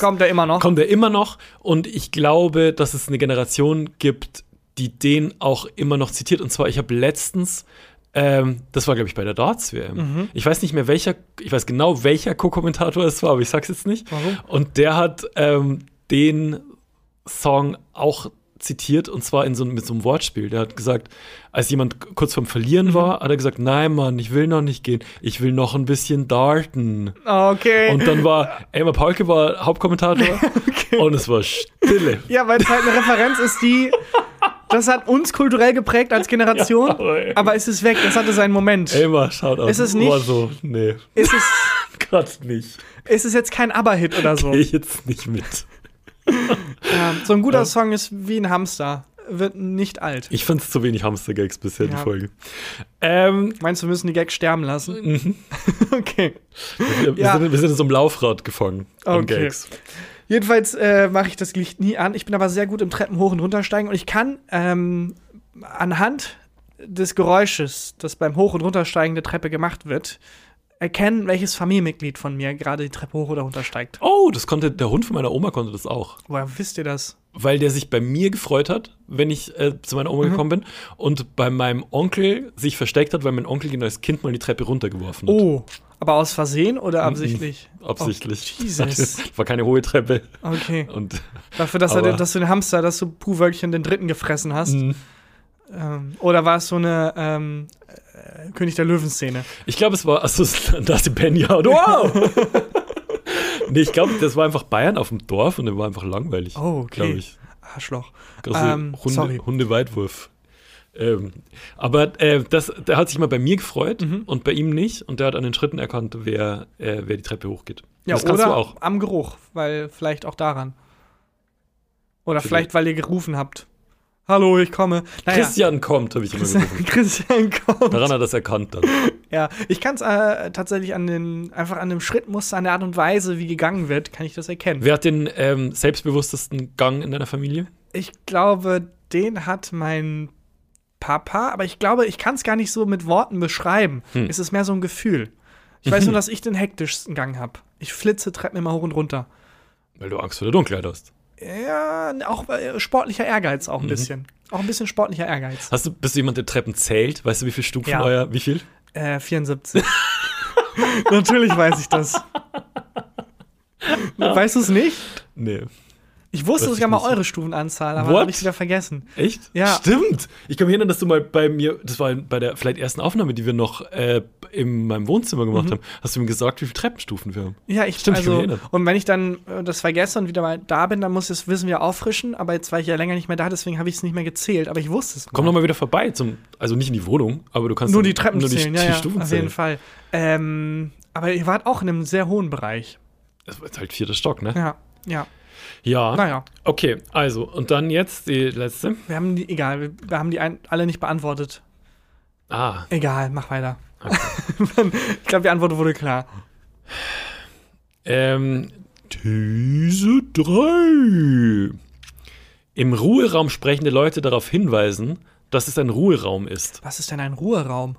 Speaker 2: Kommt er immer noch?
Speaker 3: Kommt er immer noch. Und ich glaube, dass es eine Generation gibt, die den auch immer noch zitiert. Und zwar, ich habe letztens ähm, das war, glaube ich, bei der Darts-WM. Mhm. Ich weiß nicht mehr, welcher, ich weiß genau, welcher Co-Kommentator es war, aber ich sag's jetzt nicht.
Speaker 2: Warum?
Speaker 3: Und der hat ähm, den Song auch zitiert und zwar in so, mit so einem Wortspiel. Der hat gesagt, als jemand kurz vorm Verlieren mhm. war, hat er gesagt, nein, Mann, ich will noch nicht gehen, ich will noch ein bisschen darten.
Speaker 2: Ah, Okay.
Speaker 3: Und dann war Elmar Paulke war Hauptkommentator okay. und es war Stille.
Speaker 2: Ja, weil es halt eine Referenz ist, die das hat uns kulturell geprägt als Generation, ja, aber, aber es ist weg. Das hatte seinen Moment.
Speaker 3: Elmar, schaut aus.
Speaker 2: Ist es nicht? Oh,
Speaker 3: so, nee.
Speaker 2: Ist es
Speaker 3: Gott nicht.
Speaker 2: Ist es jetzt kein Aber-Hit oder so?
Speaker 3: Geh ich jetzt nicht mit.
Speaker 2: ja, so ein guter ja. Song ist wie ein Hamster. Wird nicht alt.
Speaker 3: Ich fand es zu wenig Hamster-Gags bisher, die Folge. Ähm,
Speaker 2: Meinst du, wir müssen die Gags sterben lassen?
Speaker 3: Mhm.
Speaker 2: okay.
Speaker 3: Wir, wir, sind, wir sind in so einem Laufrad gefangen.
Speaker 2: Okay. Gags. Jedenfalls äh, mache ich das Licht nie an. Ich bin aber sehr gut im Treppen hoch und runtersteigen und ich kann ähm, anhand des Geräusches, das beim Hoch- und Runtersteigen der Treppe gemacht wird, erkennen, welches Familienmitglied von mir gerade die Treppe hoch oder runter steigt.
Speaker 3: Oh, das konnte der Hund von meiner Oma konnte das auch.
Speaker 2: Woher wisst ihr das?
Speaker 3: Weil der sich bei mir gefreut hat, wenn ich äh, zu meiner Oma mhm. gekommen bin und bei meinem Onkel sich versteckt hat, weil mein Onkel ihn als Kind mal die Treppe runtergeworfen hat.
Speaker 2: Oh. Aber aus Versehen oder absichtlich?
Speaker 3: Mhm, absichtlich.
Speaker 2: Oh, Jesus.
Speaker 3: War keine hohe Treppe.
Speaker 2: Okay.
Speaker 3: Und,
Speaker 2: Dafür, dass, er, dass du den Hamster, dass du Puhwölkchen den dritten gefressen hast. Mhm. Ähm, oder war es so eine ähm, König der Löwen-Szene?
Speaker 3: Ich glaube, es war, also das Pennyard. Wow! nee, ich glaube, das war einfach Bayern auf dem Dorf und der war einfach langweilig.
Speaker 2: Oh, okay.
Speaker 3: Ich.
Speaker 2: Arschloch.
Speaker 3: Ähm, Hunde, sorry. Hundeweitwurf. Ähm, aber äh, das, der hat sich mal bei mir gefreut mhm. und bei ihm nicht. Und der hat an den Schritten erkannt, wer, äh, wer die Treppe hochgeht.
Speaker 2: Ja, das kannst oder du auch. am Geruch, weil vielleicht auch daran. Oder vielleicht, weil ihr gerufen habt. Hallo, ich komme.
Speaker 3: Naja. Christian kommt, habe ich immer gerufen.
Speaker 2: Ah, Christian kommt.
Speaker 3: Daran hat er es erkannt dann.
Speaker 2: Ja, ich kann es äh, tatsächlich an den, einfach an dem Schrittmuster, an der Art und Weise, wie gegangen wird, kann ich das erkennen.
Speaker 3: Wer hat den ähm, selbstbewusstesten Gang in deiner Familie?
Speaker 2: Ich glaube, den hat mein Papa, aber ich glaube, ich kann es gar nicht so mit Worten beschreiben. Hm. Es ist mehr so ein Gefühl. Ich weiß nur, dass ich den hektischsten Gang habe. Ich flitze Treppen immer hoch und runter.
Speaker 3: Weil du Angst vor der Dunkelheit hast.
Speaker 2: ja, auch äh, sportlicher Ehrgeiz
Speaker 3: Mhm.
Speaker 2: auch ein bisschen. Auch ein bisschen sportlicher Ehrgeiz.
Speaker 3: Hast du, bist du jemand, der Treppen zählt? Weißt du, wie viel Stufen
Speaker 2: Ja.
Speaker 3: euer, wie viel?
Speaker 2: Äh, 74. Natürlich weiß ich das. Weißt du es nicht?
Speaker 3: Nee.
Speaker 2: Ich wusste
Speaker 3: Weiß
Speaker 2: sogar
Speaker 3: ich
Speaker 2: mal
Speaker 3: nicht.
Speaker 2: eure Stufenanzahl, aber
Speaker 3: What?
Speaker 2: habe ich wieder vergessen.
Speaker 3: Echt?
Speaker 2: Ja.
Speaker 3: Stimmt. Ich kann mich erinnern, dass du mal bei mir, das war bei der vielleicht ersten Aufnahme, die wir noch äh, in meinem Wohnzimmer gemacht haben, hast du mir gesagt, wie viele Treppenstufen wir haben.
Speaker 2: Mhm. Ja, ich
Speaker 3: Stimmt, ich
Speaker 2: also,
Speaker 3: kann mich erinnern.
Speaker 2: Und wenn ich dann äh, das vergesse und wieder mal da bin, dann muss ich das Wissen wieder auffrischen. Aber jetzt war ich ja länger nicht mehr da, deswegen habe ich es nicht mehr gezählt. Aber ich wusste es.
Speaker 3: Komm
Speaker 2: mal.
Speaker 3: nochmal wieder vorbei zum, also nicht in die Wohnung, aber du kannst
Speaker 2: Nur
Speaker 3: dann-
Speaker 2: die Treppen
Speaker 3: nur die,
Speaker 2: zählen,
Speaker 3: die
Speaker 2: ja, ja
Speaker 3: Stufen
Speaker 2: auf
Speaker 3: zählen.
Speaker 2: jeden Fall. Ähm, aber ihr wart auch in einem sehr hohen Bereich.
Speaker 3: Das ist halt vierter Stock, ne?
Speaker 2: Ja, ja.
Speaker 3: Ja.
Speaker 2: Naja.
Speaker 3: Okay, also, und dann jetzt die letzte.
Speaker 2: Wir haben die, egal, wir, wir haben die ein, alle nicht beantwortet.
Speaker 3: Ah,
Speaker 2: Egal, mach weiter. ich glaube, die Antwort wurde klar.
Speaker 3: ähm, diese drei. Im Ruheraum sprechende Leute darauf hinweisen, dass es ein Ruheraum ist.
Speaker 2: Was ist denn ein Ruheraum?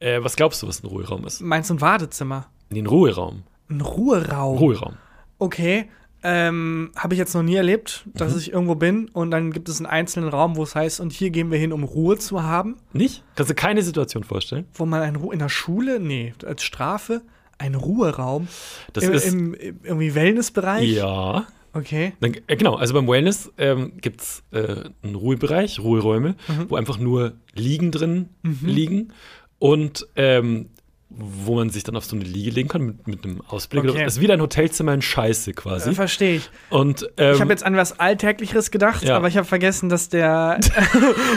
Speaker 3: Äh, was glaubst du, was ein Ruheraum ist?
Speaker 2: Meinst du ein Wartezimmer?
Speaker 3: Nee, ein Ruheraum.
Speaker 2: Ein Ruheraum.
Speaker 3: Ruheraum.
Speaker 2: Okay. Ähm, habe ich jetzt noch nie erlebt, dass
Speaker 3: Mhm.
Speaker 2: ich irgendwo bin und dann gibt es einen einzelnen Raum, wo es heißt, und hier gehen wir hin, um Ruhe zu haben,
Speaker 3: Nicht? Kannst du keine Situation vorstellen?
Speaker 2: wo man ein Ru in der Schule, nee, als Strafe, ein Ruheraum.
Speaker 3: Das
Speaker 2: im,
Speaker 3: ist-
Speaker 2: im, im irgendwie Wellnessbereich.
Speaker 3: Ja.
Speaker 2: Okay.
Speaker 3: Dann, äh, genau, also beim Wellness ähm, gibt es äh, einen Ruhebereich, Ruheräume,
Speaker 2: Mhm.
Speaker 3: wo einfach nur Liegen drin liegen und ähm, wo man sich dann auf so eine Liege legen kann mit, mit einem Ausblick.
Speaker 2: Okay.
Speaker 3: Das ist wieder ein Hotelzimmer in Scheiße quasi.
Speaker 2: Äh, Verstehe ich.
Speaker 3: und ähm,
Speaker 2: Ich habe jetzt an was Alltäglicheres gedacht,
Speaker 3: Ja.
Speaker 2: aber ich habe vergessen, dass der,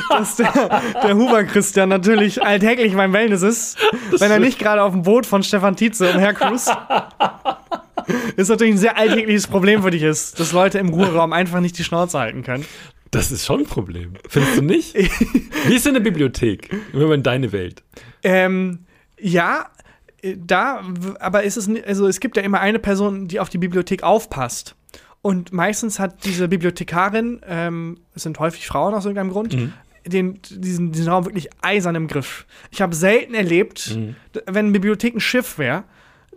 Speaker 2: dass der, der Huber Christian natürlich alltäglich beim Wellness ist, wenn er nicht gerade auf dem Boot von Stefan Tietze umhercruist. ist natürlich ein sehr alltägliches Problem für dich ist, dass Leute im Ruheraum einfach nicht die Schnauze halten können.
Speaker 3: das ist schon ein Problem. Findest du nicht? Wie ist denn eine Bibliothek? Wenn man deine Welt.
Speaker 2: Ähm, ja, äh, da, w- aber ist es, ni- also es gibt ja immer eine Person, die auf die Bibliothek aufpasst. Und meistens hat diese Bibliothekarin, ähm, es sind häufig Frauen aus irgendeinem Grund, den, diesen, diesen Raum wirklich eisern im Griff. Ich habe selten erlebt, d- wenn eine Bibliothek ein Schiff wäre,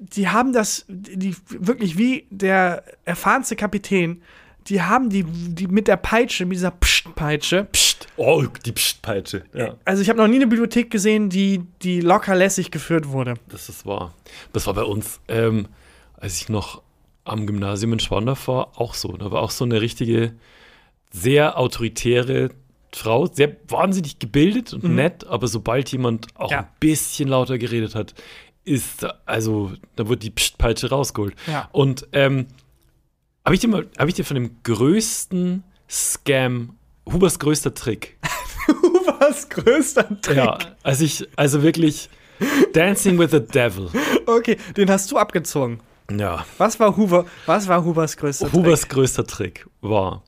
Speaker 2: die haben das, die, die wirklich wie der erfahrenste Kapitän, die haben die, die mit der Peitsche, mit dieser Pscht-Peitsche,
Speaker 3: Psst. Oh, die Psst-Peitsche. Ja.
Speaker 2: also ich habe noch nie eine Bibliothek gesehen, die, die locker lässig geführt wurde.
Speaker 3: Das ist wahr. Das war bei uns, ähm, als ich noch am Gymnasium in Schwandorf war, auch so. Da war auch so eine richtige, sehr autoritäre Frau, sehr wahnsinnig gebildet und nett, aber sobald jemand auch
Speaker 2: Mhm. Ja.
Speaker 3: ein bisschen lauter geredet hat, ist, da- also, da wird die Pschtpeitsche rausgeholt.
Speaker 2: Ja.
Speaker 3: Und, ähm, habe ich dir mal, habe ich dir von dem größten Scam, Hubers größter Trick
Speaker 2: Hubers größter Trick.
Speaker 3: Ja, also ich, also wirklich Dancing with the Devil.
Speaker 2: Okay, den hast du abgezogen.
Speaker 3: Ja.
Speaker 2: Was war Huber, was war Hubers größter
Speaker 3: Hubers größter Trick war,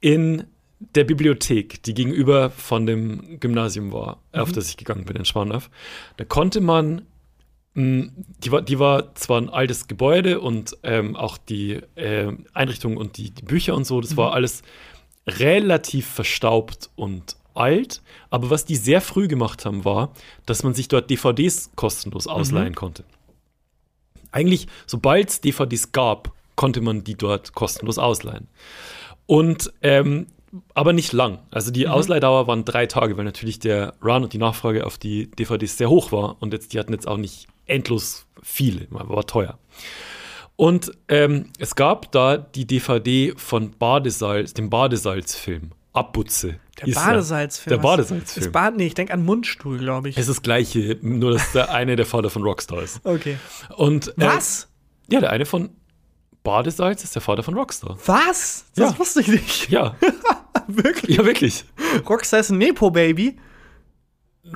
Speaker 3: in der Bibliothek, die gegenüber von dem Gymnasium war, auf das ich gegangen bin in Schwandorf, da konnte man, mh, die war, die war zwar ein altes Gebäude und ähm, auch die ähm, Einrichtung und die, die Bücher und so, das war alles relativ verstaubt und alt, aber was die sehr früh gemacht haben, war, dass man sich dort DVDs kostenlos ausleihen konnte. Eigentlich, sobald es DVDs gab, konnte man die dort kostentrick kostenlos ausleihen. Und ähm, aber nicht lang. Also
Speaker 2: Mhm.
Speaker 3: die Ausleihdauer waren drei Tage, weil natürlich der Run und die Nachfrage auf die DVDs sehr hoch war und jetzt die hatten jetzt auch nicht endlos viele, war teuer. Und ähm, es gab da die DVD von Badesalz, dem Badesalzfilm Abputze.
Speaker 2: Der
Speaker 3: Ist er.
Speaker 2: Badesalzfilm.
Speaker 3: Der Badesalzfilm.
Speaker 2: Das Bad, nee, ich denke an Mundstuhl, glaube ich.
Speaker 3: Es ist das gleiche, nur dass der eine der Vater von Rockstar ist.
Speaker 2: Okay.
Speaker 3: Und, äh,
Speaker 2: Was?
Speaker 3: Ja, der eine von Badesalz ist der Vater von Rockstar.
Speaker 2: Was? Das
Speaker 3: Ja.
Speaker 2: wusste ich nicht.
Speaker 3: Ja,
Speaker 2: Wirklich?
Speaker 3: ja, wirklich.
Speaker 2: Rockstar ist ein Nepo-Baby.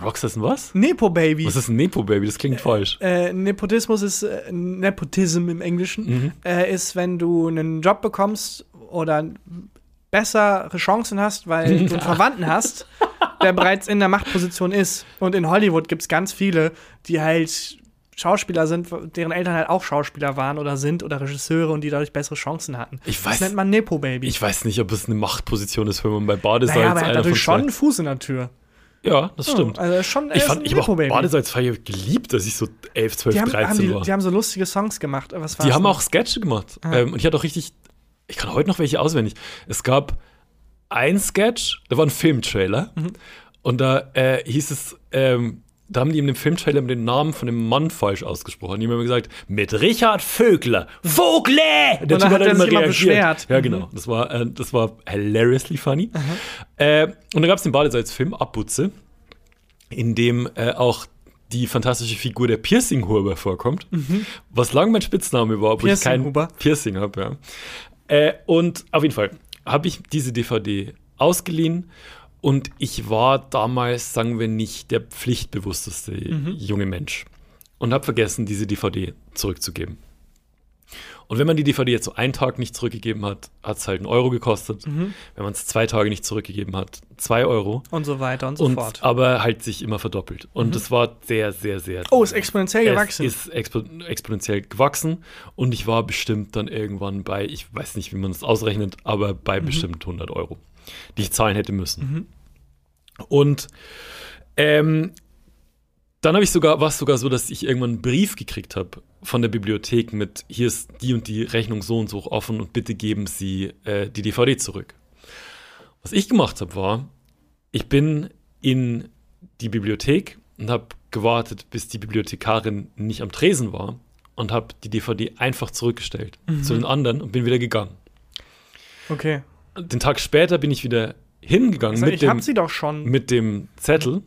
Speaker 3: Rockstar ist ein was?
Speaker 2: Nepo-Baby.
Speaker 3: Was ist ein Nepo-Baby? Das klingt falsch.
Speaker 2: Äh, Nepotismus ist äh, Nepotism im Englischen,
Speaker 3: Mhm.
Speaker 2: äh, ist, wenn du einen Job bekommst oder bessere Chancen hast, weil du einen Verwandten hast, der bereits in der Machtposition ist. Und in Hollywood gibt es ganz viele, die halt Schauspieler sind, deren Eltern halt auch Schauspieler waren oder sind oder Regisseure und die dadurch bessere Chancen hatten.
Speaker 3: Ich
Speaker 2: Das
Speaker 3: weiß,
Speaker 2: nennt man Nepo-Baby.
Speaker 3: ich weiß nicht, ob es eine Machtposition ist, wenn man bei Badesalz
Speaker 2: naja, aber er hat
Speaker 3: einer von
Speaker 2: dadurch schon
Speaker 3: zwei-
Speaker 2: einen Fuß in der Tür.
Speaker 3: Ja, das stimmt.
Speaker 2: Also er ist schon er
Speaker 3: ich
Speaker 2: ist
Speaker 3: fand,
Speaker 2: ein
Speaker 3: ich habe auch
Speaker 2: Nepo-Baby.
Speaker 3: Badesalz feier geliebt, als ich so 11, 12,
Speaker 2: Die haben,
Speaker 3: 13
Speaker 2: haben die,
Speaker 3: war.
Speaker 2: die haben so lustige Songs gemacht. Was war's
Speaker 3: Die haben
Speaker 2: denn? Ah.
Speaker 3: auch Sketche gemacht. Ähm, und ich hatte auch richtig, ich kann heute noch welche auswendig. Es gab ein Sketch, da war ein Filmtrailer mhm. und da äh, hieß es, ähm, da haben die in dem Filmtrailer den Namen von dem Mann falsch ausgesprochen. Die haben immer gesagt, mit Richard Vögler. Vogle!
Speaker 2: Der Typ hat dann immer reagiert. Beschwert. Mhm.
Speaker 3: Ja, genau. Das war, äh, das war hilariously funny. Mhm. Äh, und dann gab es den Badesalz-Film Abputze, in dem äh, auch die fantastische Figur der Piercing-Huber vorkommt, mhm. was lang mein Spitzname war, obwohl ich kein Piercing habe. Ja. Äh, und auf jeden Fall habe ich diese DVD ausgeliehen und ich war damals, sagen wir nicht, der pflichtbewussteste mhm. junge Mensch und habe vergessen, diese DVD zurückzugeben. Und wenn man die DVD jetzt so einen Tag nicht zurückgegeben hat, hat es halt einen Euro gekostet. Mhm. Wenn man es zwei Tage nicht zurückgegeben hat, zwei Euro.
Speaker 2: Und so weiter und so
Speaker 3: und,
Speaker 2: fort.
Speaker 3: Aber halt sich immer verdoppelt. Und mhm. das war sehr, sehr, sehr.
Speaker 2: Oh, ist exponentiell gewachsen.
Speaker 3: Ist expo exponentiell gewachsen. Und ich war bestimmt dann irgendwann bei, ich weiß nicht, wie man das ausrechnet, aber bei mhm. bestimmt 100 Euro, die ich zahlen hätte
Speaker 2: Mhm.
Speaker 3: müssen. Und ähm, dann habe ich sogar, war es sogar so, dass ich irgendwann einen Brief gekriegt habe von der Bibliothek mit, hier ist die und die Rechnung so und so offen und bitte geben Sie äh, die DVD zurück. Was ich gemacht habe, war, ich bin in die Bibliothek und habe gewartet, bis die Bibliothekarin nicht am Tresen war und habe die DVD einfach zurückgestellt mhm. zu den anderen und bin wieder gegangen.
Speaker 2: Okay.
Speaker 3: Den Tag später bin ich wieder hingegangen
Speaker 2: also,
Speaker 3: mit, dem,
Speaker 2: sie doch schon.
Speaker 3: mit dem Zettel. Mhm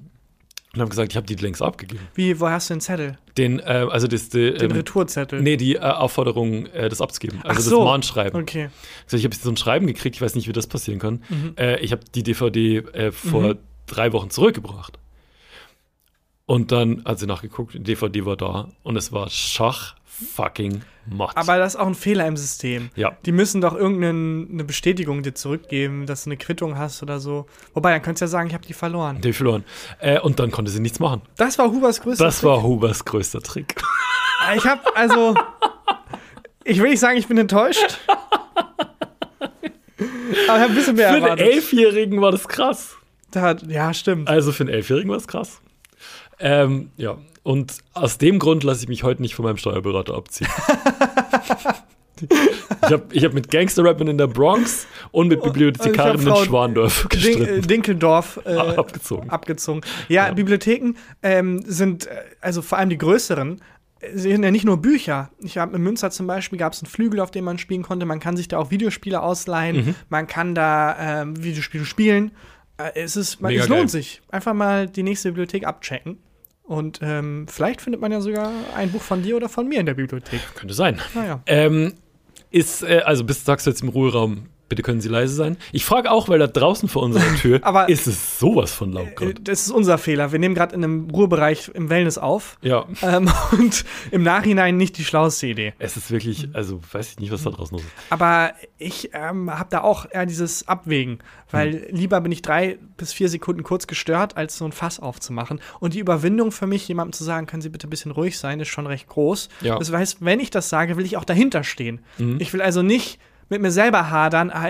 Speaker 3: und haben gesagt, ich habe die längst abgegeben.
Speaker 2: Wie, wo hast du den Zettel?
Speaker 3: Den, äh, also das,
Speaker 2: die, den
Speaker 3: ähm,
Speaker 2: Retourzettel.
Speaker 3: Nee, die äh, Aufforderung, äh, das abzugeben. Also
Speaker 2: so.
Speaker 3: das Mahnschreiben.
Speaker 2: Okay.
Speaker 3: Also ich habe jetzt so ein Schreiben gekriegt, ich weiß nicht, wie das passieren kann. Mhm. ich habe die DVD vor mhm. drei Wochen zurückgebracht. Und dann hat sie nachgeguckt, die DVD war da und es war Schach fucking Macht.
Speaker 2: Aber das ist auch ein Fehler im System.
Speaker 3: Ja.
Speaker 2: Die müssen doch irgendeine Bestätigung dir zurückgeben, dass du eine Quittung hast oder so. Wobei, dann könntest du ja sagen, ich habe die verloren.
Speaker 3: Die verloren. Äh, und dann konnte sie nichts machen.
Speaker 2: Das war Hubers größter
Speaker 3: Das Trick. war Hubers größter Trick.
Speaker 2: Ich habe also. ich will nicht sagen, ich bin enttäuscht. aber ich habe ein bisschen mehr
Speaker 3: Für
Speaker 2: erwartet.
Speaker 3: einen Elfjährigen war das krass.
Speaker 2: Da, ja, stimmt.
Speaker 3: Also für einen Elfjährigen war es krass. Ähm, ja, und aus dem Grund lasse ich mich heute nicht von meinem Steuerberater abziehen. ich habe ich hab mit Gangsterrappern in der Bronx und
Speaker 2: Oh,
Speaker 3: mit Bibliothekarinnen in Schwandorf gestritten.
Speaker 2: Dink Dinkeldorf
Speaker 3: äh, abgezogen.
Speaker 2: äh, abgezogen. Ja, ja. Bibliotheken ähm, sind, also vor allem die größeren, äh, sind ja nicht nur Bücher. Ich habe in Münster zum Beispiel gab es einen Flügel, auf dem man spielen konnte. Man kann sich da auch Videospiele ausleihen. Mhm. Man kann da ähm, Videospiele spielen. Äh, Es, ist, man, es lohnt geil. sich. Einfach mal die nächste Bibliothek abchecken. Und ähm, vielleicht findet man ja sogar ein Buch von dir oder von mir in der Bibliothek.
Speaker 3: Könnte sein.
Speaker 2: Naja.
Speaker 3: Ähm, ist, äh, also bist, sagst du jetzt im Ruheraum, bitte können Sie leise sein? Ich frage auch, weil da draußen vor unserer Tür
Speaker 2: Aber
Speaker 3: ist es sowas von laut
Speaker 2: äh, Das ist unser Fehler. Wir nehmen gerade in einem Ruhebereich im Wellness auf.
Speaker 3: Ja.
Speaker 2: Ähm, und im Nachhinein nicht die schlauste Idee.
Speaker 3: Es ist wirklich, also weiß ich nicht, was da draußen ist.
Speaker 2: Aber ich ähm, habe da auch eher dieses Abwägen, weil hm. lieber bin ich drei bis vier Sekunden kurz gestört, als so ein Fass aufzumachen. Und die Überwindung für mich, jemandem zu sagen, können Sie bitte ein bisschen ruhig sein, ist schon recht groß.
Speaker 3: Ja.
Speaker 2: Das heißt, wenn ich das sage, will ich auch dahinter stehen.
Speaker 3: Mhm.
Speaker 2: Ich will also nicht mit mir selber hadern, ah,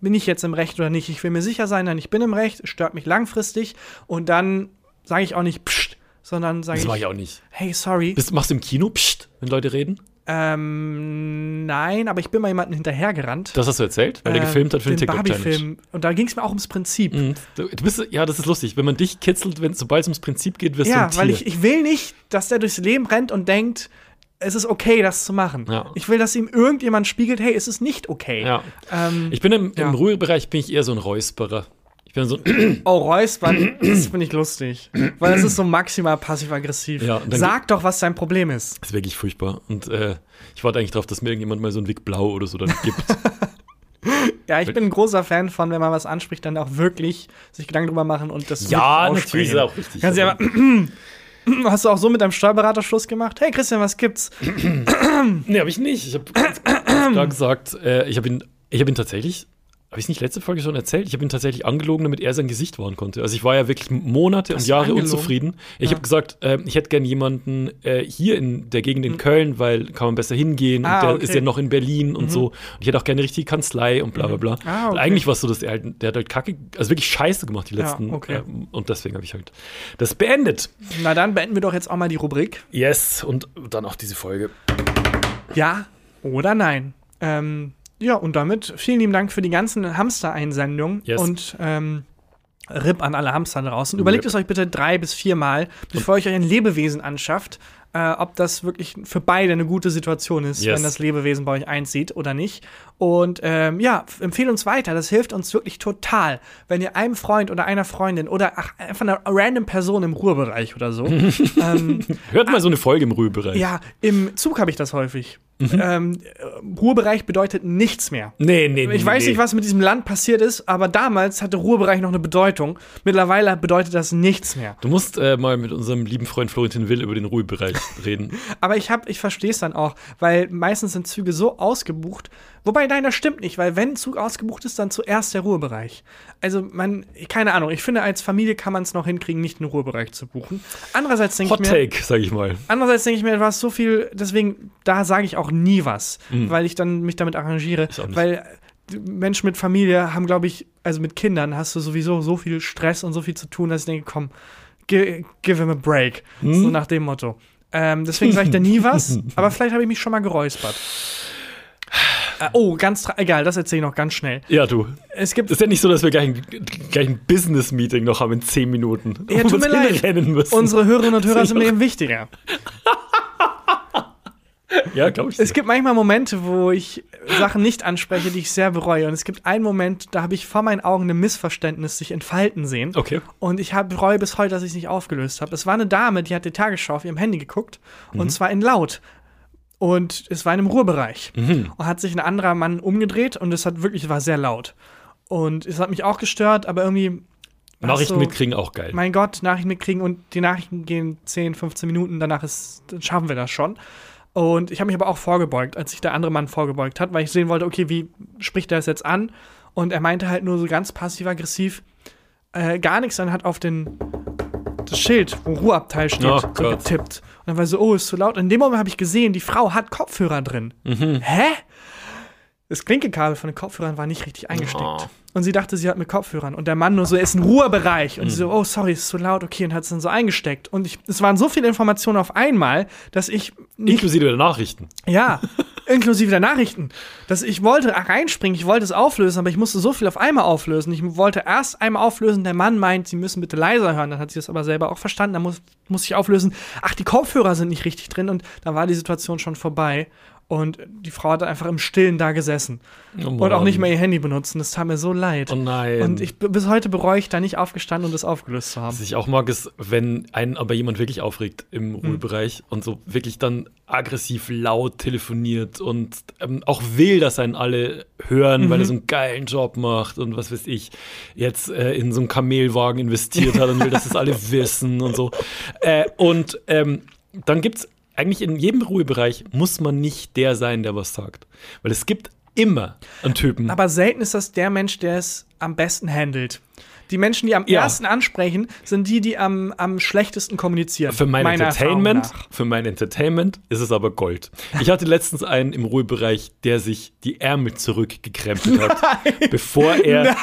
Speaker 2: bin ich jetzt im Recht oder nicht. Ich will mir sicher sein, dann ich bin im Recht, stört mich langfristig und dann sage ich auch nicht pst, sondern sage ich.
Speaker 3: Das mache ich auch nicht.
Speaker 2: Hey, sorry.
Speaker 3: Bist, machst du im Kino pst, wenn Leute reden?
Speaker 2: Ähm, nein, aber ich bin mal jemanden hinterhergerannt.
Speaker 3: Das hast du erzählt, weil der
Speaker 2: Ähm,
Speaker 3: gefilmt hat für den,
Speaker 2: den
Speaker 3: TikTok Challenge.
Speaker 2: Barbie-Film. Und da ging es mir auch ums Prinzip.
Speaker 3: Mhm. Du du bist, ja, das ist lustig. Wenn man dich kitzelt, wenn- sobald es ums Prinzip geht, wirst
Speaker 2: Ja,
Speaker 3: du ein
Speaker 2: weil
Speaker 3: Tier.
Speaker 2: ich, ich will nicht, dass der durchs Leben rennt und denkt, es ist okay, das zu machen.
Speaker 3: Ja.
Speaker 2: Ich will, dass ihm irgendjemand spiegelt, hey, es ist nicht okay.
Speaker 3: ja.
Speaker 2: Ähm,
Speaker 3: ich bin im,
Speaker 2: ja.
Speaker 3: im Ruhebereich bin ich eher so ein Räusperer. Ich bin so ein
Speaker 2: Oh, Räuspern, das finde ich lustig. Weil das ist so maximal passiv-aggressiv.
Speaker 3: Ja, und dann-
Speaker 2: Sag doch, was dein Problem ist.
Speaker 3: Das ist wirklich furchtbar. Und äh, ich warte eigentlich drauf, dass mir irgendjemand mal so einen Weg Blau oder so dann gibt.
Speaker 2: Ja, ich bin ein großer Fan von, wenn man was anspricht, dann auch wirklich sich Gedanken drüber machen und das
Speaker 3: Ja,
Speaker 2: wirklich
Speaker 3: natürlich,
Speaker 2: aussprechen.
Speaker 3: ist auch richtig.
Speaker 2: Kannst du aber, hast du auch so mit deinem Steuerberater Schluss gemacht? Hey Christian, was gibt's?
Speaker 3: nee, habe ich nicht. Ich habe ganz klar gesagt, äh, ich habe ihn, ich hab ihn tatsächlich, habe ich es nicht letzte Folge schon erzählt? Ich habe ihn tatsächlich angelogen, damit er sein Gesicht wahren konnte. Also ich war ja wirklich Monate und
Speaker 2: Hast du
Speaker 3: Jahre
Speaker 2: angelogen?
Speaker 3: unzufrieden. Ich habe gesagt, äh, ich hätte gern jemanden äh, hier in der Gegend in Köln, weil kann man besser
Speaker 2: Hm.
Speaker 3: hingehen
Speaker 2: Ah,
Speaker 3: und der
Speaker 2: okay. Mhm.
Speaker 3: ist ja noch in Berlin und so. Und ich hätte auch gerne eine richtige Kanzlei und bla bla bla.
Speaker 2: Ah, okay.
Speaker 3: Und eigentlich war es so, dass er halt, der hat halt Kacke, also wirklich Scheiße gemacht die
Speaker 2: Ja,
Speaker 3: letzten.
Speaker 2: okay.
Speaker 3: äh, und deswegen habe ich halt das beendet.
Speaker 2: Na dann beenden wir doch jetzt auch mal die Rubrik.
Speaker 3: Yes, und dann auch diese Folge.
Speaker 2: Ja oder nein? Ähm, Ja, und damit vielen lieben Dank für die ganzen Hamster-Einsendungen.
Speaker 3: Yes.
Speaker 2: Und ähm, RIP an alle Hamster da draußen. Überlegt
Speaker 3: Rip.
Speaker 2: es euch bitte drei bis viermal, bevor ihr euch ein Lebewesen anschafft, äh, ob das wirklich für beide eine gute Situation ist,
Speaker 3: Yes.
Speaker 2: wenn das Lebewesen bei euch einzieht oder nicht. Und ähm, ja, f- empfehlt uns weiter. Das hilft uns wirklich total. Wenn ihr einem Freund oder einer Freundin oder ach, einfach einer random Person im Ruhebereich oder so ähm,
Speaker 3: Hört mal so eine Folge im Rührbereich.
Speaker 2: ja, im Zug habe ich das häufig.
Speaker 3: Mhm.
Speaker 2: Ähm, Ruhebereich bedeutet nichts mehr.
Speaker 3: Nee, nee, nee.
Speaker 2: Ich weiß
Speaker 3: nee.
Speaker 2: nicht, was mit diesem Land passiert ist, aber damals hatte Ruhebereich noch eine Bedeutung. Mittlerweile bedeutet das nichts mehr.
Speaker 3: Du musst äh, mal mit unserem lieben Freund Florentin Will über den Ruhebereich reden.
Speaker 2: Aber ich hab, ich verstehe es dann auch, weil meistens sind Züge so ausgebucht. Wobei, nein, das stimmt nicht, weil wenn ein Zug ausgebucht ist, dann zuerst der Ruhebereich. Also man, keine Ahnung, ich finde, als Familie kann man es noch hinkriegen, nicht einen Ruhebereich zu buchen. Andererseits denke ich
Speaker 3: Hot
Speaker 2: mir,
Speaker 3: Take, sag ich mal.
Speaker 2: Andererseits denke ich mir, war es so viel, deswegen, da sage ich auch nie was, weil ich dann mich damit arrangiere.
Speaker 3: Mhm. auch nicht.
Speaker 2: Weil äh, Menschen mit Familie haben, glaube ich, also mit Kindern hast du sowieso so viel Stress und so viel zu tun, dass ich denke, komm, gi- give him a break.
Speaker 3: Hm?
Speaker 2: So nach dem Motto. Ähm, deswegen sage ich da nie was, aber vielleicht habe ich mich schon mal geräuspert. Äh, oh, ganz, tra- egal, das erzähle ich noch ganz schnell.
Speaker 3: Ja, du.
Speaker 2: Es gibt
Speaker 3: Ist ja nicht so, dass wir gleich ein, gleich ein Business-Meeting noch haben in 10 Minuten.
Speaker 2: Ja, tut mir leid.
Speaker 3: rennen müssen.
Speaker 2: unsere Hörerinnen und Hörer sind mir eben wichtiger.
Speaker 3: ja, glaube ich.
Speaker 2: Es gibt manchmal Momente, wo ich Sachen nicht anspreche, die ich sehr bereue. Und es gibt einen Moment, da habe ich vor meinen Augen ein Missverständnis sich entfalten sehen.
Speaker 3: Okay.
Speaker 2: Und ich hab, bereue bis heute, dass ich es nicht aufgelöst habe. Es war eine Dame, die hat die Tagesschau auf ihrem Handy geguckt. Und zwar in laut. Und es war in einem Ruhebereich. Und hat sich ein anderer Mann umgedreht und es hat wirklich, war sehr laut. Und es hat mich auch gestört, aber irgendwie.
Speaker 3: Nachrichten
Speaker 2: Ach so,
Speaker 3: mitkriegen auch geil.
Speaker 2: mein Gott, Nachrichten mitkriegen und die Nachrichten gehen 10, 15 Minuten, danach ist, dann schaffen wir das schon. Und ich habe mich aber auch vorgebeugt, als sich der andere Mann vorgebeugt hat, weil ich sehen wollte, okay, wie spricht er es jetzt an? Und er meinte halt nur so ganz passiv-aggressiv äh, gar nichts, dann hat auf den das Schild, wo Ruheabteil steht,
Speaker 3: Oh
Speaker 2: so
Speaker 3: Gott.
Speaker 2: getippt. Und dann war so, oh, ist zu laut. In dem Moment habe ich gesehen, die Frau hat Kopfhörer drin.
Speaker 3: Mhm.
Speaker 2: Hä? Das Klinkekabel von den Kopfhörern war nicht richtig eingesteckt.
Speaker 3: Oh.
Speaker 2: Und sie dachte, sie hat mit Kopfhörern. Und der Mann nur so, ist ein Ruhebereich. Und sie so, oh, sorry, ist zu laut, okay, und hat es dann so eingesteckt. Und ich, es waren so viele Informationen auf einmal, dass ich nicht,
Speaker 3: Inklusive der Nachrichten.
Speaker 2: ja, inklusive der Nachrichten, dass ich wollte reinspringen, ich wollte es auflösen, aber ich musste so viel auf einmal auflösen. Ich wollte erst einmal auflösen, der Mann meint, sie müssen bitte leiser hören. Dann hat sie das aber selber auch verstanden. Dann muss, muss ich auflösen, ach, die Kopfhörer sind nicht richtig drin. Und dann war die Situation schon vorbei. Und die Frau hat einfach im Stillen da gesessen. Und auch nicht mehr ihr Handy benutzen. Das tat mir so leid.
Speaker 3: Oh nein.
Speaker 2: Und ich bis heute bereue ich da nicht aufgestanden und das aufgelöst zu haben.
Speaker 3: Was ich auch mag, ist, wenn einen aber jemand wirklich aufregt im Ruhebereich und so wirklich dann aggressiv laut telefoniert und ähm, auch will, dass einen alle hören, weil er so einen geilen Job macht und was weiß ich, jetzt äh, in so einen Kamelwagen investiert hat und will, dass das alle wissen und so. Äh, und ähm, dann gibt es eigentlich in jedem Ruhebereich muss man nicht der sein, der was sagt. Weil es gibt immer einen Typen.
Speaker 2: Aber selten ist das der Mensch, der es am besten handelt. Die Menschen, die am
Speaker 3: Ja.
Speaker 2: ersten ansprechen, sind die, die am, am schlechtesten kommunizieren.
Speaker 3: Für mein
Speaker 2: meiner Erfahrung
Speaker 3: Entertainment,
Speaker 2: nach.
Speaker 3: für mein Entertainment ist es aber Gold. Ich hatte letztens einen im Ruhebereich, der sich die Ärmel zurückgekrempelt hat, bevor er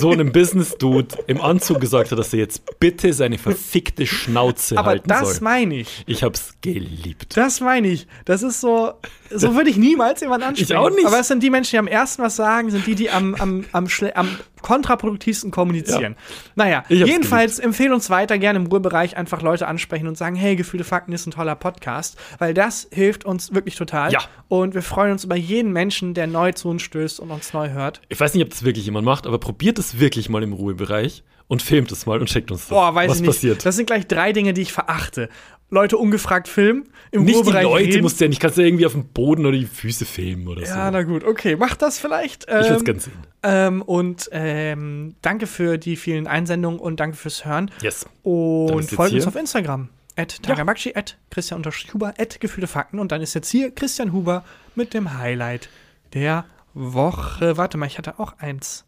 Speaker 3: so einem Business Dude im Anzug gesagt hat, dass er jetzt bitte seine verfickte Schnauze
Speaker 2: Aber
Speaker 3: halten
Speaker 2: das
Speaker 3: soll.
Speaker 2: meine ich.
Speaker 3: Ich hab's geliebt.
Speaker 2: Das meine ich. Das ist so, so würde ich niemals jemanden ansprechen.
Speaker 3: auch nicht.
Speaker 2: Aber es sind die Menschen, die am ersten was sagen, sind die, die am, am, am, schle- am kontraproduktivsten kommunizieren. Naja,
Speaker 3: Ich hab's
Speaker 2: jedenfalls empfehlen uns weiter gerne im Ruhebereich einfach Leute ansprechen und sagen, hey, Gefühle Fakten ist ein toller Podcast, weil das hilft uns wirklich total.
Speaker 3: Ja.
Speaker 2: Und wir freuen uns über jeden Menschen, der neu zu uns stößt und uns neu hört.
Speaker 3: Ich weiß nicht, ob das wirklich jemand macht, aber probiert es wirklich mal im Ruhebereich und filmt es mal und schickt uns das.
Speaker 2: Boah, weiß
Speaker 3: was
Speaker 2: ich nicht.
Speaker 3: passiert.
Speaker 2: Das sind gleich drei Dinge, die ich verachte. Leute ungefragt filmen, im
Speaker 3: Nicht die
Speaker 2: Ruhebereich
Speaker 3: Leute
Speaker 2: reden.
Speaker 3: musst du ja nicht, kannst du ja irgendwie auf den Boden oder die Füße filmen oder
Speaker 2: ja,
Speaker 3: so.
Speaker 2: na gut, okay, macht das vielleicht. Ähm,
Speaker 3: Ich will's gern sehen.
Speaker 2: Ähm, und ähm, danke für die vielen Einsendungen und danke fürs Hören.
Speaker 3: Yes. Dann
Speaker 2: Und
Speaker 3: ist jetzt
Speaker 2: folgt uns
Speaker 3: hier-
Speaker 2: auf Instagram. At Tagamakshi, at Christian-Huber, at Gefühle Fakten. Und dann ist jetzt hier Christian Huber mit dem Highlight der Woche. Warte mal, ich hatte auch eins.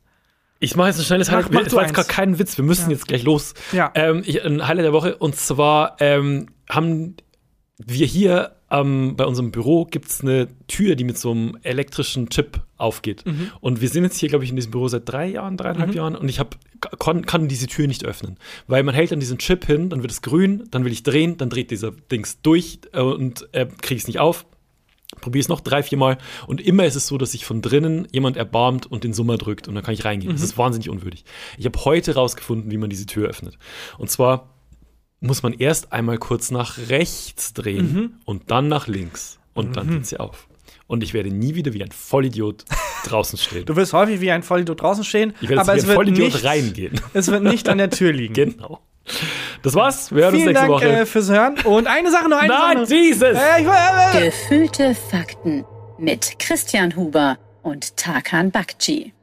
Speaker 3: Ich mache jetzt ein schnelles
Speaker 2: Mach-
Speaker 3: Highlight.
Speaker 2: mach
Speaker 3: es
Speaker 2: du
Speaker 3: war jetzt
Speaker 2: eins.
Speaker 3: gerade kein Witz, wir müssen jetzt gleich los.
Speaker 2: Ja.
Speaker 3: Ähm, ich, ein Highlight der Woche und zwar ähm, haben wir hier ähm, bei unserem Büro gibt es eine Tür, die mit so einem elektrischen Chip aufgeht.
Speaker 2: Mhm.
Speaker 3: Und wir sind jetzt hier, glaube ich, in diesem Büro seit drei Jahren, dreieinhalb Jahren und ich hab, kon, kann diese Tür nicht öffnen. Weil man hält dann diesen Chip hin, dann wird es grün, dann will ich drehen, dann dreht dieser Dings durch äh, und äh, kriege es nicht auf Probiere es noch drei, vier Mal. Und immer ist es so, dass sich von drinnen jemand erbarmt und den Summer drückt. Und dann kann ich reingehen.
Speaker 2: Mhm.
Speaker 3: Das ist wahnsinnig unwürdig. Ich habe heute rausgefunden, wie man diese Tür öffnet. Und zwar muss man erst einmal kurz nach rechts drehen
Speaker 2: Mhm.
Speaker 3: und dann nach links. Und dann geht sie auf. Und ich werde nie wieder wie ein Vollidiot draußen stehen.
Speaker 2: Du wirst häufig wie ein Vollidiot draußen stehen,
Speaker 3: ich werde
Speaker 2: aber
Speaker 3: jetzt
Speaker 2: es
Speaker 3: wie ein
Speaker 2: wird,
Speaker 3: Vollidiot
Speaker 2: nicht,
Speaker 3: reingehen.
Speaker 2: es wird nicht an der Tür liegen.
Speaker 3: genau. Das war's. Wir hören uns
Speaker 2: Vielen
Speaker 3: nächste
Speaker 2: Dank
Speaker 3: Woche.
Speaker 2: äh, fürs Hören und eine Sache noch, eine
Speaker 3: Na,
Speaker 2: Sache noch.
Speaker 3: Jesus!
Speaker 2: Äh, ich, äh, äh,
Speaker 1: Gefühlte Fakten mit Christian Huber und Tarkan Bakci.